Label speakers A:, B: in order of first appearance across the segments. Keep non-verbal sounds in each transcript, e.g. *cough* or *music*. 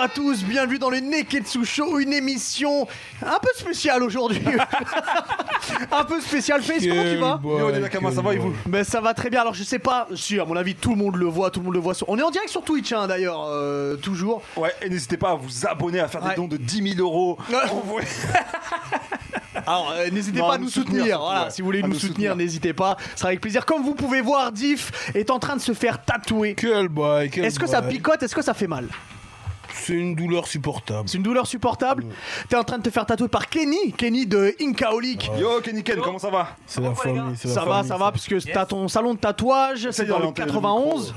A: à tous, bienvenue dans le Neketsu Show, une émission un peu spéciale aujourd'hui. un peu spéciale. Face, comment tu vas
B: Yo, les mecs, comment ça va et vous
A: ben, ça va très bien. Alors je sais pas si à mon avis tout le monde le voit, tout le monde le voit. sur- On est en direct sur Twitch hein, d'ailleurs, euh, toujours.
B: Ouais, et n'hésitez pas à vous abonner, à faire
A: Ouais.
B: des dons de 10 000 euros. Envoyez-
A: Alors euh, n'hésitez
B: Non,
A: pas à
B: à
A: nous
B: nous
A: soutenir.
B: soutenir, surtout,
A: voilà,
B: ouais.
A: si vous voulez
B: À
A: nous
B: nous
A: soutenir,
B: soutenir.
A: n'hésitez pas. Ce sera avec plaisir. Comme vous pouvez voir, Diff est en train de se faire tatouer.
C: Quel bail, quel
A: Est-ce que ça
C: bail.
A: picote Est-ce que ça fait mal
C: C'est une douleur supportable.
A: C'est une douleur supportable. T'es en train de te faire tatouer par Kenny, Kenny de Inkaolic.
B: *laughs* Yo, Kenny Ken, comment ça va
C: C'est
A: Ah,
C: la famille. c'est la
A: Ça va,
C: famille,
A: ça va, puisque t'as ton salon de tatouage, c'est dans le
B: orienté le micro.
A: 91.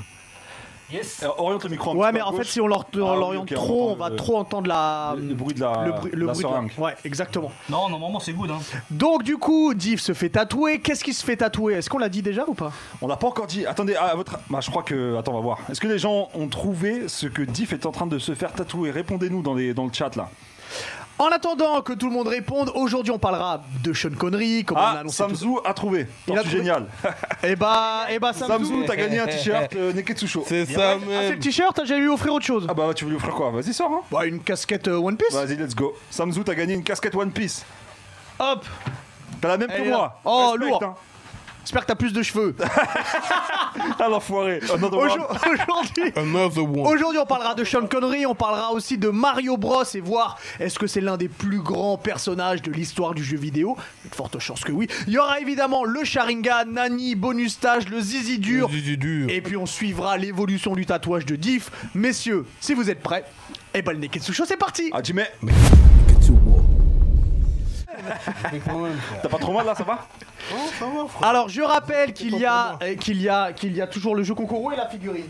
B: Euh, Oriente le micro. un
A: Ouais,
B: petit peu
A: mais
B: à
A: en fait,
B: gauche.
A: si on l'or-
B: Ah
A: on
B: oui,
A: l'oriente
B: ok, on
A: trop,
B: entend
A: on va
B: le-
A: trop entendre la.
B: Le bruit de la,
A: le bruit- le
B: la
A: bruit de-
B: seringue.
A: Ouais, exactement.
D: Non, normalement c'est good. Hein.
A: Donc, du coup, Div se fait tatouer. Qu'est-ce qui se fait tatouer Est-ce qu'on l'a dit déjà ou pas
B: On l'a pas encore dit. Attendez, à votre. Bah, je crois que. Attends, on va voir. Est-ce que les gens ont trouvé ce que Diff est en train de se faire tatouer Répondez-nous dans, les... dans le chat là.
A: En attendant que tout le monde réponde, aujourd'hui, on parlera de Sean Connery, comme on a
B: Ah,
A: annoncé. tout-
B: Samzou a trouvé.
A: Il a
B: Tortue
A: trouvé. *laughs*
B: génial.
A: Eh bah, eh bah, Samzou.
B: Samzou, t'as gagné un
A: *laughs*
B: t-shirt euh, Neketsu Show.
C: C'est ça
A: Ah, c'est le
C: même.
A: t-shirt, j'allais lui offrir autre chose.
B: Ah bah, tu veux lui offrir quoi Vas-y, sors. Hein.
A: Bah, une casquette euh, One Piece.
B: Vas-y, let's go. Samzou, t'as gagné une casquette One Piece.
A: Hop
B: T'as la même
A: Elle
B: que
A: est là.
B: moi.
A: Oh,
B: Respect,
A: lourd.
B: hein.
A: J'espère que t'as plus de
B: *laughs*
A: cheveux.
B: Ah, l'enfoiré. Oh, non, non,
A: Aujo- *laughs* Aujourd'hui.
C: Another one.
A: Aujourd'hui, on parlera de Sean Connery, on parlera aussi de Mario Bros et voir est-ce que c'est l'un des plus grands personnages de l'histoire du jeu vidéo. Il y a de fortes chances que oui. Il y aura évidemment le Sharingan, Nani, Bonus Stage, le Zizi Dur.
C: Du- du- du-
A: Et puis on suivra l'évolution du tatouage de Diff. Messieurs, si vous êtes prêts, et ben le Neketsu Show, c'est parti
B: Ah, Jimmy, t'as pas trop mal là, ça va
A: Alors je rappelle qu'il y a euh, qu'il y a qu'il y a toujours le jeu concours Où est la figurine.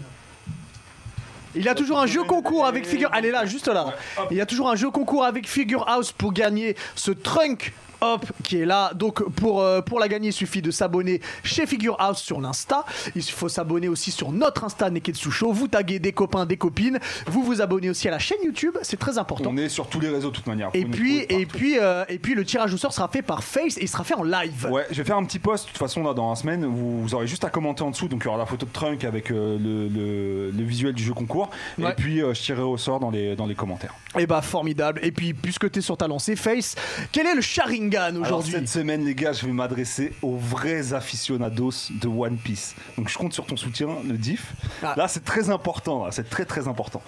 A: Il y a toujours un jeu concours avec figure. Elle est là, juste là. Il y a toujours un jeu concours avec figure house pour gagner ce trunk. Hop, qui est là. Donc pour, euh, pour la gagner, il suffit de s'abonner chez Figure House sur l'Insta. Il faut s'abonner aussi sur notre Insta Neketsu Show. Vous taguez des copains, des copines. Vous vous abonnez aussi à la chaîne YouTube. C'est très important.
B: On est sur tous les réseaux de toute manière.
A: Et
B: Vous nous
A: puis,
B: trouvez
A: et,
B: partout.
A: puis, euh, et puis le tirage au sort sera fait par Face et il sera fait en live.
B: Ouais, je vais faire un petit post de toute façon là dans la semaine. Vous, vous aurez juste à commenter en dessous. Donc il y aura la photo de Trunk avec euh, le, le- le visuel du jeu concours.
A: Ouais.
B: Et puis euh, je tirerai au sort dans les, dans les commentaires.
A: Eh bah formidable. Et puis puisque t'es sur ta lancée Face, quel est le Sharingan
B: Alors,
A: aujourd'hui
B: cette semaine, les gars, je vais m'adresser aux vrais aficionados de One Piece. Donc, je compte sur ton soutien, le diff.
A: Ah.
B: Là, c'est très important. là. C'est très, très important.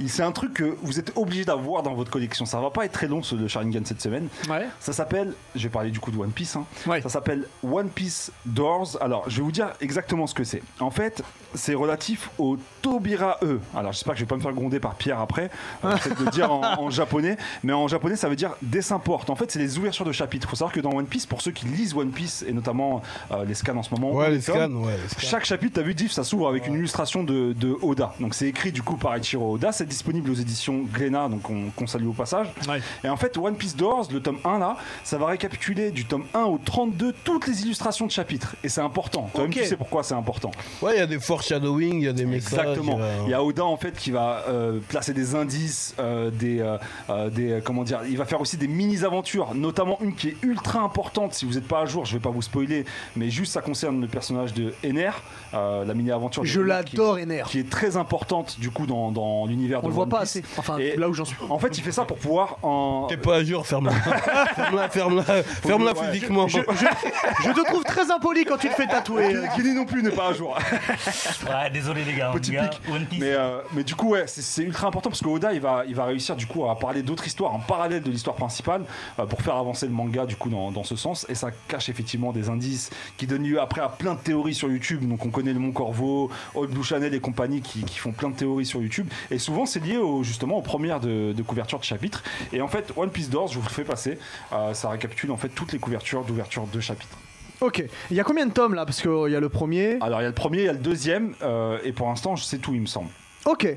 B: Il- C'est un truc que vous êtes obligé d'avoir dans votre collection. Ça va pas être très long, ce de Sharingan cette semaine.
A: Ouais.
B: Ça s'appelle, je vais parler du coup de One Piece. hein.
A: Ouais.
B: Ça s'appelle One Piece Doors. Alors, je vais vous dire exactement ce que c'est. En fait, c'est relatif au Tobira E. Alors, j'espère que je vais pas me faire gronder par Pierre après.
C: *laughs*
B: Euh, Peut-être de le dire en, en japonais. Mais en japonais, ça veut dire dessin porte. En fait, c'est les ouvertures de chapitres. Il faut savoir que dans One Piece, pour ceux qui lisent One Piece, et notamment euh, les scans en ce moment,
C: Ouais, les
B: comme,
C: scans, ouais. les scans.
B: chaque chapitre, t'as vu, Diff, ça s'ouvre avec une illustration de, de Oda. Donc c'est écrit du coup par Ichiro Oda. C'est disponible aux éditions Glénat, donc on, qu'on salue au passage.
A: Ouais.
B: Et en fait, One Piece Doors, le tome 1 là, ça va récapituler du tome 1 au 32 toutes les illustrations de chapitres. Et c'est important. Toi-même,
A: Ok.
B: tu sais pourquoi c'est important.
C: Ouais, il y a des foreshadowing, il y a des messages.
B: Exactement. Il y
C: y a-
B: a Oda en fait qui va euh, placer des indices, euh, des, euh, euh, des euh, comment dire, il va faire aussi des mini aventures, notamment une qui est ultra importante. Si vous n'êtes pas à jour, je vais pas vous spoiler, mais juste ça concerne le personnage de Ener, euh, la mini aventure. de
A: Je
B: Ener
A: l'adore,
B: qui-
A: Ener.
B: qui est très importante du coup dans, dans l'univers.
A: On
B: de
A: le voit
B: One
A: pas
B: Piece.
A: assez. Enfin,
B: Et-
A: là où j'en suis.
B: En fait, il fait ça pour pouvoir en.
C: T'es pas à
A: *laughs*
C: jour, ferme-la. ferme-la, ferme-la, ferme-la
B: Ouais.
C: physiquement.
A: Je, je- je te trouve très impoli quand tu te fais tatouer. euh,
B: Kenny non plus n'est pas à jour.
D: Ouais, Ah, désolé les gars.
B: Petit
D: les gars,
B: pic.
D: One Piece.
B: Mais, euh, mais du coup, ouais, c'est- c'est ultra important parce que Oda, il va, il va réussir du coup à parler d'autres histoires en parallèle de l'histoire principale euh, pour faire avancer le manga du coup dans, dans ce sens. Et ça cache effectivement des indices qui donnent lieu après à plein de théories sur YouTube. Donc on connaît le Mont Corvo, Old Blue Chanel et compagnie qui, qui font plein de théories sur YouTube. Et souvent, c'est lié au, justement aux premières de, de couverture de chapitre. Et en fait, One Piece Doors, je vous le fais passer, euh, ça récapitule en fait toutes les couvertures d'ouverture de chapitre.
A: Ok. Il y a combien de tomes là Parce qu'il y a le premier.
B: Alors il y a le premier, il y a le deuxième, euh, et pour l'instant, je sais tout, il me semble.
A: Ok.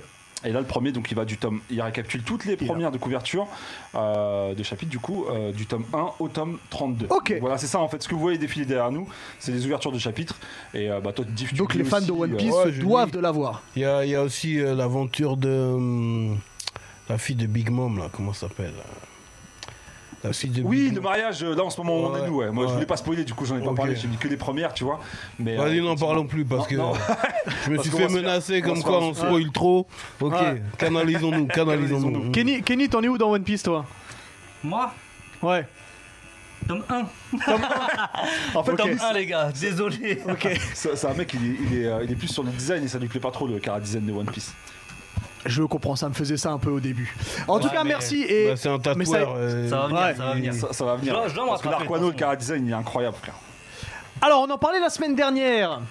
B: Et là, le premier, donc il va du tome. Il récapitule toutes les premières de couverture euh, de chapitre, du coup, euh, du tome 1 au tome 32.
A: Ok.
B: Donc Voilà, c'est ça en fait. Ce que vous voyez défiler derrière nous, c'est les ouvertures de chapitre. Et euh, bah, toi, Diff, tu
A: Donc
B: lis
A: les fans
B: aussi,
A: de One
B: euh,
A: Piece
C: ouais,
A: se
C: je
A: doivent
C: lis.
A: de l'avoir.
C: Il y a, il y a aussi euh, l'aventure de hum, la fille de Big Mom, là, comment ça s'appelle là la fille de
B: Oui,
C: Bigou.
B: le mariage, euh, là en ce moment on
C: Ouais,
B: est nous, ouais. Moi je
C: ouais.
B: voulais pas spoiler, du coup j'en ai pas
C: Ok.
B: parlé, j'ai mis que les premières, tu vois. Mais,
C: Vas-y,
B: euh,
C: n'en
B: *laughs*
C: parlons plus parce que
B: Non, non.
C: je me
B: Parce
C: suis
B: qu'on
C: fait
B: va se faire-
C: menacer
B: on va
C: comme
B: se
C: quoi
B: faire-
C: on spoil trop. Ok,
A: Ouais.
B: *laughs*
C: canalisons-nous, canalisons-nous.
A: Kenny, Kenny t'en es où dans One Piece, toi
D: Moi,
A: Ouais.
D: tome 1.
B: En fait,
D: Tome
B: Tom-
D: 1, les gars, désolé.
B: c'est c'est un mec, il est, il, est, euh, il est plus sur le design et ça lui plaît pas trop le cara design de One Piece.
A: Je comprends, ça me faisait ça un peu au début. En tout
D: Ouais,
A: cas,
D: mais-
A: merci et.
C: Bah, c'est un
A: mais ça-
C: tatoueur. euh,
D: Ça va venir,
A: Ouais.
D: ça va venir.
B: Ça, ça va venir.
D: Je dois- je dois me
B: Parce que
D: rattraper,
B: l'Arquano, le
D: franchement.
B: cara design, il est incroyable, frère.
A: Alors, on en parlait la semaine dernière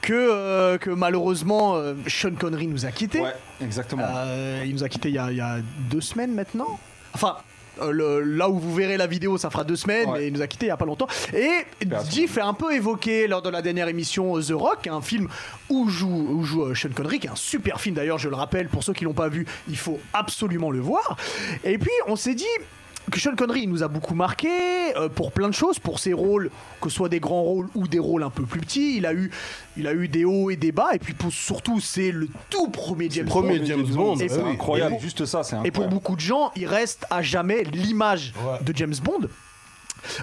A: que, euh, que malheureusement euh, Sean Connery nous a quittés.
B: Ouais, exactement.
A: Euh, il nous a quittés il y a, il y a deux semaines maintenant. Enfin. euh, le- là où vous verrez la vidéo, ça fera deux semaines,
B: Ouais.
A: mais il nous a quittés il n'y a pas longtemps. Et
B: Perdu.
A: Jeff a un peu évoqué lors de la dernière émission euh, The Rock, un film où joue, où joue euh, Sean Connery, qui est un super film d'ailleurs, je le rappelle, pour ceux qui l'ont pas vu, il faut absolument le voir. Et puis on s'est dit que Sean Connery il nous a beaucoup marqué euh, pour plein de choses, pour ses rôles, que ce soit des grands rôles ou des rôles un peu plus petits. Il a eu, il a eu des hauts et des bas, et puis pour- surtout c'est le tout premier James Bond.
C: premier James Bond.
A: Et
C: bah
B: C'est
A: pour-
C: oui.
B: incroyable,
A: Ah et pour-
B: juste ça,
A: Et
B: c'est
A: pour
B: incroyable.
A: beaucoup de gens, il reste à jamais l'image
C: Ouais.
A: de James Bond.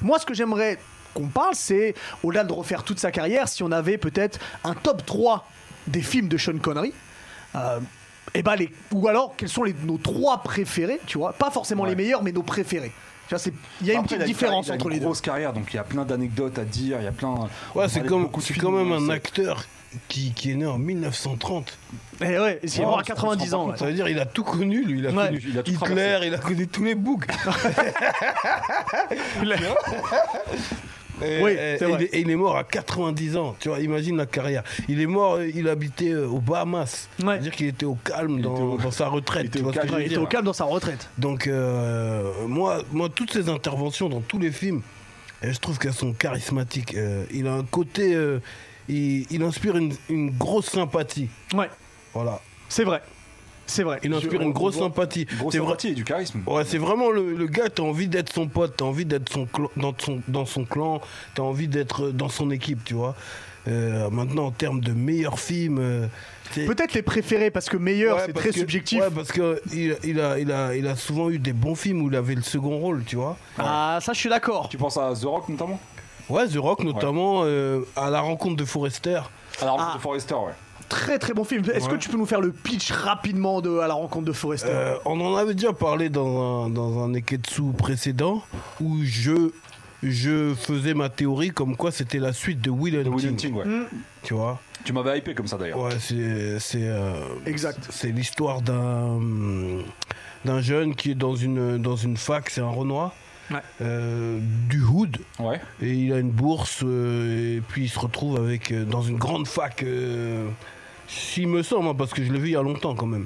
A: Moi, ce que j'aimerais qu'on parle, c'est, au-delà de refaire toute sa carrière, si on avait peut-être un top 3 des films de Sean Connery. euh, eh ben les, ou alors, quels sont les, nos trois préférés, tu vois Pas forcément
B: Ouais.
A: les meilleurs, mais nos préférés. Tu vois, c'est- Il y a une
B: Après,
A: petite
B: il
A: différence
B: il a
A: entre
B: une
A: les deux.
B: grosse carrière, donc il y a plein d'anecdotes à dire, il y a plein. on
C: Ouais,
B: va
C: c'est
B: parler
C: comme,
B: beaucoup de
C: c'est
B: films,
C: quand même un
B: c'est-
C: acteur qui, qui est né en 1930.
A: Eh ouais, il est mort à 90 ans.
C: Ça
A: ouais.
C: *laughs* veut dire il a tout connu, lui. Il a
A: Ouais.
C: connu
B: Il a tout
C: Hitler,
B: traversé.
C: il a connu tous
A: *laughs*
C: les boucs. Et,
A: Oui,
C: et-
A: c'est
C: et
A: vrai.
C: il est, et il est mort à 90 ans. Tu vois, imagine la carrière. Il est mort, euh, il habitait euh, aux Bahamas.
A: Ouais.
C: C'est-à-dire qu'il était au calme dans,
B: était au-
C: dans sa retraite.
B: il était
C: tu
B: au
C: vois ce que
B: calme.
C: je veux
A: Il était
C: dire
A: au calme dans sa retraite.
C: Donc, euh, moi, moi, toutes ces interventions dans tous les films, euh, je trouve qu'elles sont charismatiques. Euh, il a un côté. euh, il, il inspire une, une grosse sympathie.
A: Ouais,
C: Voilà.
A: c'est vrai. C'est vrai.
C: Il inspire
A: Je-
C: une grosse sympathie.
B: Grosse
C: C'est vrai-
B: sympathie et du charisme.
C: Ouais, c'est vraiment le, le gars, t'as envie d'être son pote, t'as envie d'être son clan- dans, son, dans son clan, t'as envie d'être euh, dans son équipe, tu vois. Euh, maintenant, en termes de meilleur film. euh, c'est-
A: Peut-être les préférés, parce que meilleur,
C: Ouais,
A: c'est
C: parce
A: très
C: que-
A: subjectif.
B: bah.
C: Ouais, parce qu'il il il a, il a, il a souvent eu des bons films où il avait le second rôle, tu vois.
A: Ah, ça, je suis d'accord.
B: Tu penses à The Rock notamment
C: Ouais, The Rock, notamment euh, à la rencontre de Forrester.
B: Alors,
A: Ah.
B: de Forrester, ouais.
A: Très très bon film. Est-ce que
C: Ouais.
A: tu peux nous faire le pitch rapidement de À la rencontre de Forrester
C: Euh, on en avait déjà parlé dans un, dans un Eketsu précédent où je, je faisais ma théorie comme quoi c'était la suite de Will
B: De Will
C: Hunting,
B: Hunting, ouais.
A: Mm.
C: tu vois.
B: Tu m'avais hypé comme ça d'ailleurs.
C: Ouais, c'est c'est euh,
A: Exact.
C: C'est l'histoire d'un d'un jeune qui est dans une dans une fac, c'est un Renoir.
A: Ouais.
C: euh, du Hood
B: Ouais.
C: et il a une bourse euh, et puis il se retrouve avec euh, dans une grande fac euh, s'il me semble hein, parce que je l'ai vu il y a longtemps quand même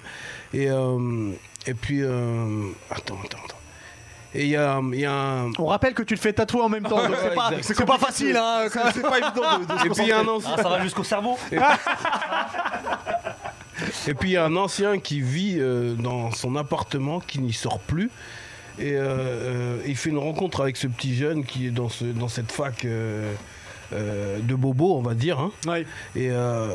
C: et euh, et puis euh, attends attends attends et il y a, il y a un-
A: On rappelle que tu le fais tatouer en même temps, donc c'est
C: Ouais,
A: pas,
C: exact.
A: c'est pas facile. Hein, quand-
B: C'est pas évident de,
C: et puis il y a un ancien-
D: *laughs* Ah, ça va jusqu'au cerveau
C: Et puis il y a un ancien qui vit euh, dans son appartement, qui n'y sort plus. Et euh, euh, il fait une rencontre avec ce petit jeune qui est dans, ce, dans cette fac euh, euh, de Bobo, on va dire. hein.
A: Ouais.
C: Et, euh,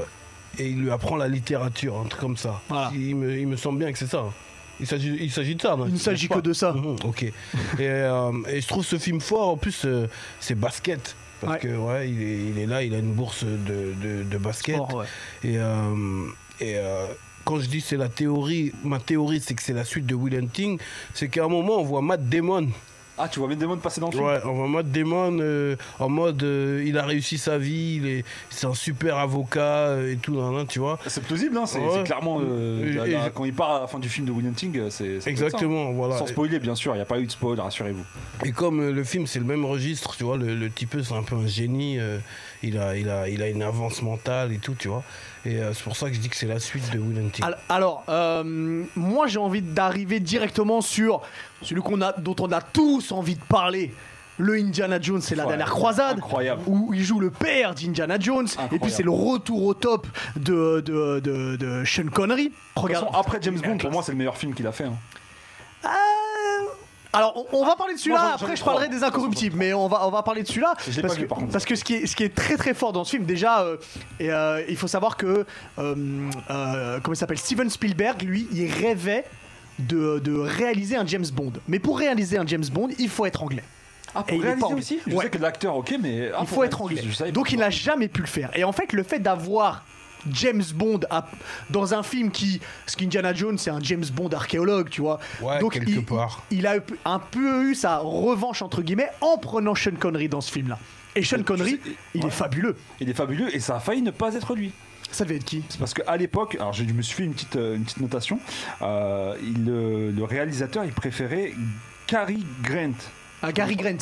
C: et il lui apprend la littérature, un truc comme ça.
A: Voilà.
C: Il, me, il me semble bien que c'est ça. hein. Il s'agit il s'agit de ça. non
A: Il ne s'agit que de ça.
C: Mhm,
A: *laughs*
C: ok. et, euh, et je trouve ce film fort. En plus, euh, c'est basket. Parce
A: Ouais.
C: que ouais, il est, il est là, il a une bourse de, de- de basket.
A: Sport, ouais.
C: Et, euh, et, euh, quand je dis c'est la théorie, ma théorie c'est que c'est la suite de Will Hunting, c'est qu'à un moment on voit Matt Damon.
B: Ah, tu vois bien Damon passer dans le film
C: Ouais, on voit Matt Damon euh, en mode euh, il a réussi sa vie, il est- c'est un super avocat euh, et tout, nan, nan, tu vois.
B: C'est plausible, hein, c'est
C: Ouais.
B: c'est clairement. euh,
C: Et-
B: la-
C: et-
B: la- quand il part à la fin du film de Will Hunting, euh, c'est. ça peut être ça, hein.
C: Exactement, voilà.
B: Sans spoiler, bien sûr, il n'y a pas eu de spoil, rassurez-vous.
C: Et comme euh, le film c'est le même registre, tu vois, le, le type c'est un peu un génie, euh, il, a, il, a, il a une avance mentale et tout, tu vois. Et euh, c'est pour ça que je dis que c'est la suite de Will Hunting.
A: Al- Alors, euh, moi j'ai envie d'arriver directement sur celui qu'on a, dont on a tous envie de parler. Le Indiana Jones, c'est la
B: Ouais,
A: dernière croisade.
B: incroyable.
A: Où il joue le père d'Indiana Jones. Et puis
B: Incroyable.
A: c'est le retour au top de, de, de, de Sean Connery.
B: De toute
A: Regarde.
B: façon, après James Bond, pour moi, c'est le meilleur film qu'il a fait. hein.
A: Euh, Alors, on, on va parler de
B: Moi,
A: celui-là,
B: j'en- j'en
A: après je
B: crois.
A: parlerai des incorruptibles, mais on va, on va parler de celui-là.
B: Je l'ai
A: parce
B: pas
A: que,
B: vu, par contre.
A: Parce que ce qui, est, ce qui est très très fort dans ce film, déjà, euh, et, euh, il faut savoir que, euh, euh, comment il s'appelle, Steven Spielberg, lui, il rêvait de, de réaliser un James Bond. Mais pour réaliser un James Bond, il faut être anglais.
B: Ah,
A: Et
B: pour
A: il est
B: réaliser
A: pas
B: aussi
A: anglais.
B: Je
A: Ouais.
B: sais que l'acteur, ok, mais. ah,
A: il
B: pour
A: faut être
B: réaliser,
A: anglais.
B: je savais
A: Donc
B: pas.
A: il n'a jamais pu le faire. Et en fait, le fait d'avoir James Bond à- dans un film qui, ce qu'Indiana Jones, c'est un James Bond archéologue, tu vois.
C: Ouais,
A: Donc
C: quelque
A: il,
C: part.
A: il a eu- un peu eu sa revanche entre guillemets en prenant Sean Connery dans ce film-là. Et Sean
B: Et tu
A: Connery,
B: sais-
A: il
B: ouais.
A: est fabuleux.
B: Il est fabuleux et ça a failli ne pas être lui.
A: Ça devait être qui
B: C'est parce qu'à l'époque, alors je me suis fait une petite, euh, une petite notation, euh, il, euh, le réalisateur il préférait Cary Grant.
A: Ah, Gary Grant.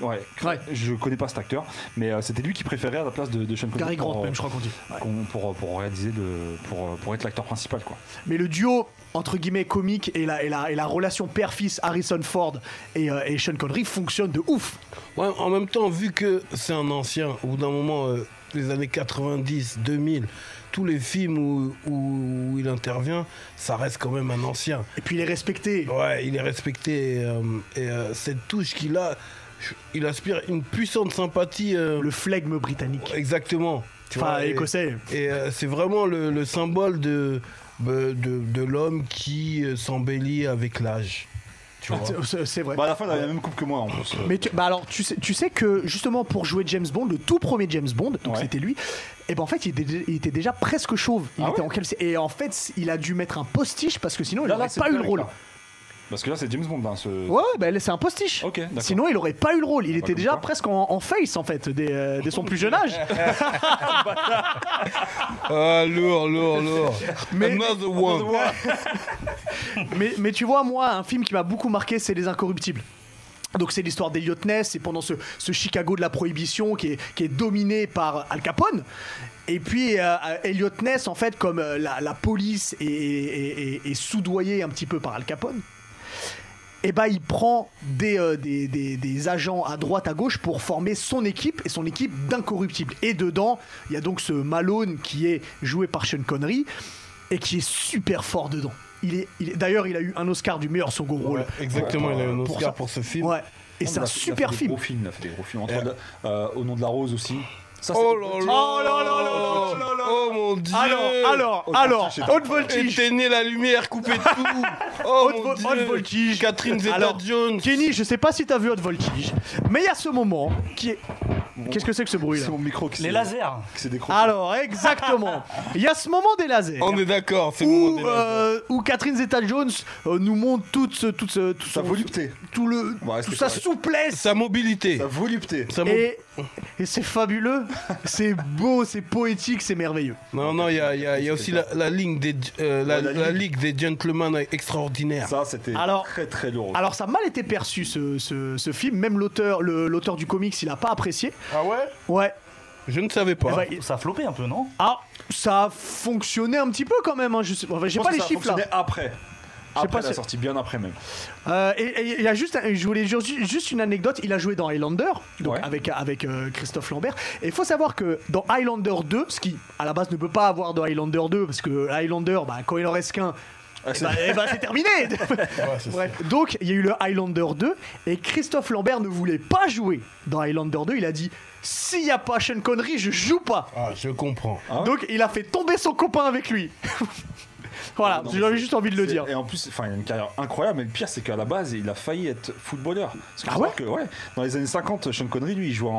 B: Ouais,
A: Ouais.
B: je connais pas cet acteur, mais euh, c'était lui qui préférait à la place de, de Sean Connery.
A: Gary Grant,
B: pour, euh,
A: même, je crois qu'on dit.
B: qu'on- Pour, pour réaliser le, pour, euh, pour être l'acteur principal quoi.
A: Mais le duo entre guillemets comique et la, et la, et la relation père-fils Harrison Ford et, euh, et Sean Connery fonctionne de ouf.
C: Ouais, en même temps, vu que c'est un ancien, au bout d'un moment, euh, les années 90, 2000, tous les films où, où il intervient, ça reste quand même un ancien.
A: Et puis il est respecté.
B: Oh.
C: Ouais, il est respecté. Et, euh, et, euh, cette touche qu'il a, je- il aspire une puissante sympathie. euh,
A: Le flegme britannique.
C: Exactement. tu
A: Enfin,
C: vois, et-
A: écossais.
C: Et euh, c'est vraiment le, le symbole de, de, de- de l'homme qui euh, s'embellit avec l'âge. Tu vois.
A: Ah, c'est- C'est vrai.
B: Bah, à la fin il avait la même coupe que moi en plus.
A: Mais tu, bah alors, tu sais, tu sais que justement pour jouer James Bond, le tout premier James Bond, donc
B: Ouais.
A: c'était lui, et ben en fait il était, il était déjà presque chauve. Il
B: Ah
A: était
B: ouais
A: en calcé- Et en fait, il a dû mettre un postiche parce que sinon il
B: Là, là,
A: n'aurait
B: c'est
A: pas eu le
B: Cary
A: rôle.
B: Grant. Parce que là c'est James Bond hein, ce.
A: Ouais, bah là, c'est un postiche.
B: Ok, d'accord.
A: sinon il aurait pas eu le rôle. Il était
B: comme
A: déjà
B: quoi.
A: presque en, en face en fait dès, euh, dès son plus jeune
B: *laughs*
A: âge.
C: Ah, lourd, lourd, lourd.
A: *laughs* Mais-
C: Another one.
A: *laughs* mais, mais tu vois, moi, un film qui m'a beaucoup marqué, c'est Les Incorruptibles. Donc c'est l'histoire d'Eliot Ness, c'est pendant ce, ce Chicago de la prohibition qui est, qui est dominé par Al Capone. Et puis euh, Elliot Ness, en fait, comme euh, la, la police est, est- est- est soudoyée un petit peu par Al Capone, et ben il prend des, euh, des, des- des agents à droite, à gauche pour former son équipe et son équipe d'incorruptibles. Et dedans, il y a donc ce Malone qui est joué par Sean Connery et qui est super fort dedans. Il est, il est- D'ailleurs, il a eu un Oscar du meilleur second rôle.
C: Ouais, exactement, il a eu un
A: Pour ça.
C: Oscar pour ce film.
A: Ouais. Et
B: Il
A: c'est
B: a
A: un
B: fait- il a
A: super
B: fait
A: film.
B: Des gros films, il a fait des gros films. Entre
C: Ouais.
B: autres, euh, Au nom de la rose aussi. Ça, c'est-
C: Oh là là
A: Oh là là là là là là.
C: Oh mon dieu Oh,
A: Alors, alors,
B: Haute
A: alors,
B: voltige,
A: haute voltige.
C: Éteignez la lumière,
A: *laughs*
C: coupez tout Oh
A: Haute
C: mon
A: vo-
C: Dieu.
A: haute voltige.
C: Catherine
A: Alors,
C: Zeta-Jones
A: Kenny, je sais pas si t'as vu Haute Voltige, mais il y a ce moment qui est. Qu'est-ce que c'est que ce bruit là
B: C'est mon micro qui
D: Les
B: s'est-
D: lasers.
B: qui s'est décroché.
A: Alors, exactement. Il y a ce moment des lasers.
C: On est d'accord, c'est bon.
A: Où, euh, où Catherine Zeta-Jones euh, nous montre toute ce- toute ce- tout
B: Sa
A: son-
B: volupté.
A: tout le,
B: Ouais, Ah
A: tout
B: c'est
A: sa
B: correct.
A: souplesse
C: Sa mobilité.
B: Sa volupté.
C: Sa mo-
A: et, et c'est fabuleux, c'est beau, c'est poétique, c'est merveilleux.
C: Non, non, il y a, il y a- il y a aussi la, la ligne des, euh, la,
B: Ouais, la
C: la
B: ligue.
C: ligue des gentlemen extraordinaires.
B: Ça, c'était
A: Alors-
B: très très lourd.
A: Alors ça a mal été perçu ce, ce- ce film, même l'auteur le- l'auteur du comics il a pas apprécié.
C: Ah ouais
A: Ouais.
C: Je ne savais pas.
A: Eh ben, il-
D: Ça a floppé un peu, non
A: ah, ça a fonctionné un petit peu quand même. hein, je sais, enfin, j'ai
B: Je pense
A: pas
B: que
A: les
B: ça a
A: chiffres là.
B: fonctionné Après.
A: sais pas
B: Après la
A: si-
B: sortie, bien après même.
A: Euh, et et il y a juste, un- je voulais ju- juste, une anecdote. Il a joué dans Highlander, donc
B: Ouais.
A: avec avec euh, Christophe Lambert. Et il faut savoir que dans Highlander 2, ce qui à la base ne peut pas avoir dans Highlander 2, parce que Highlander, bah, quand il en reste qu'un,
B: Ah,
A: eh
B: c'est-
A: ben- eh ben, c'est
B: *laughs*
A: terminé. Bref, donc il y a eu le Highlander 2 et Christophe Lambert ne voulait pas jouer dans Highlander 2. Il a dit s'il n'y a pas Sean Connery, je joue pas.
C: Ah, je comprends.
B: Ah ouais
A: Donc il a fait tomber son copain avec lui. *laughs* voilà,
C: Ah
B: Non, mais
A: j'avais
B: c'est-
A: juste envie de le hein.
B: c'est-
A: dire.
B: Et en plus, enfin, il a une carrière incroyable, mais le pire, c'est qu'à la base, il a failli être footballeur. Parce que
A: Ah
B: faut
A: ouais
B: savoir que, ouais, Dans les années 50, Sean Connery, lui, il jouait en,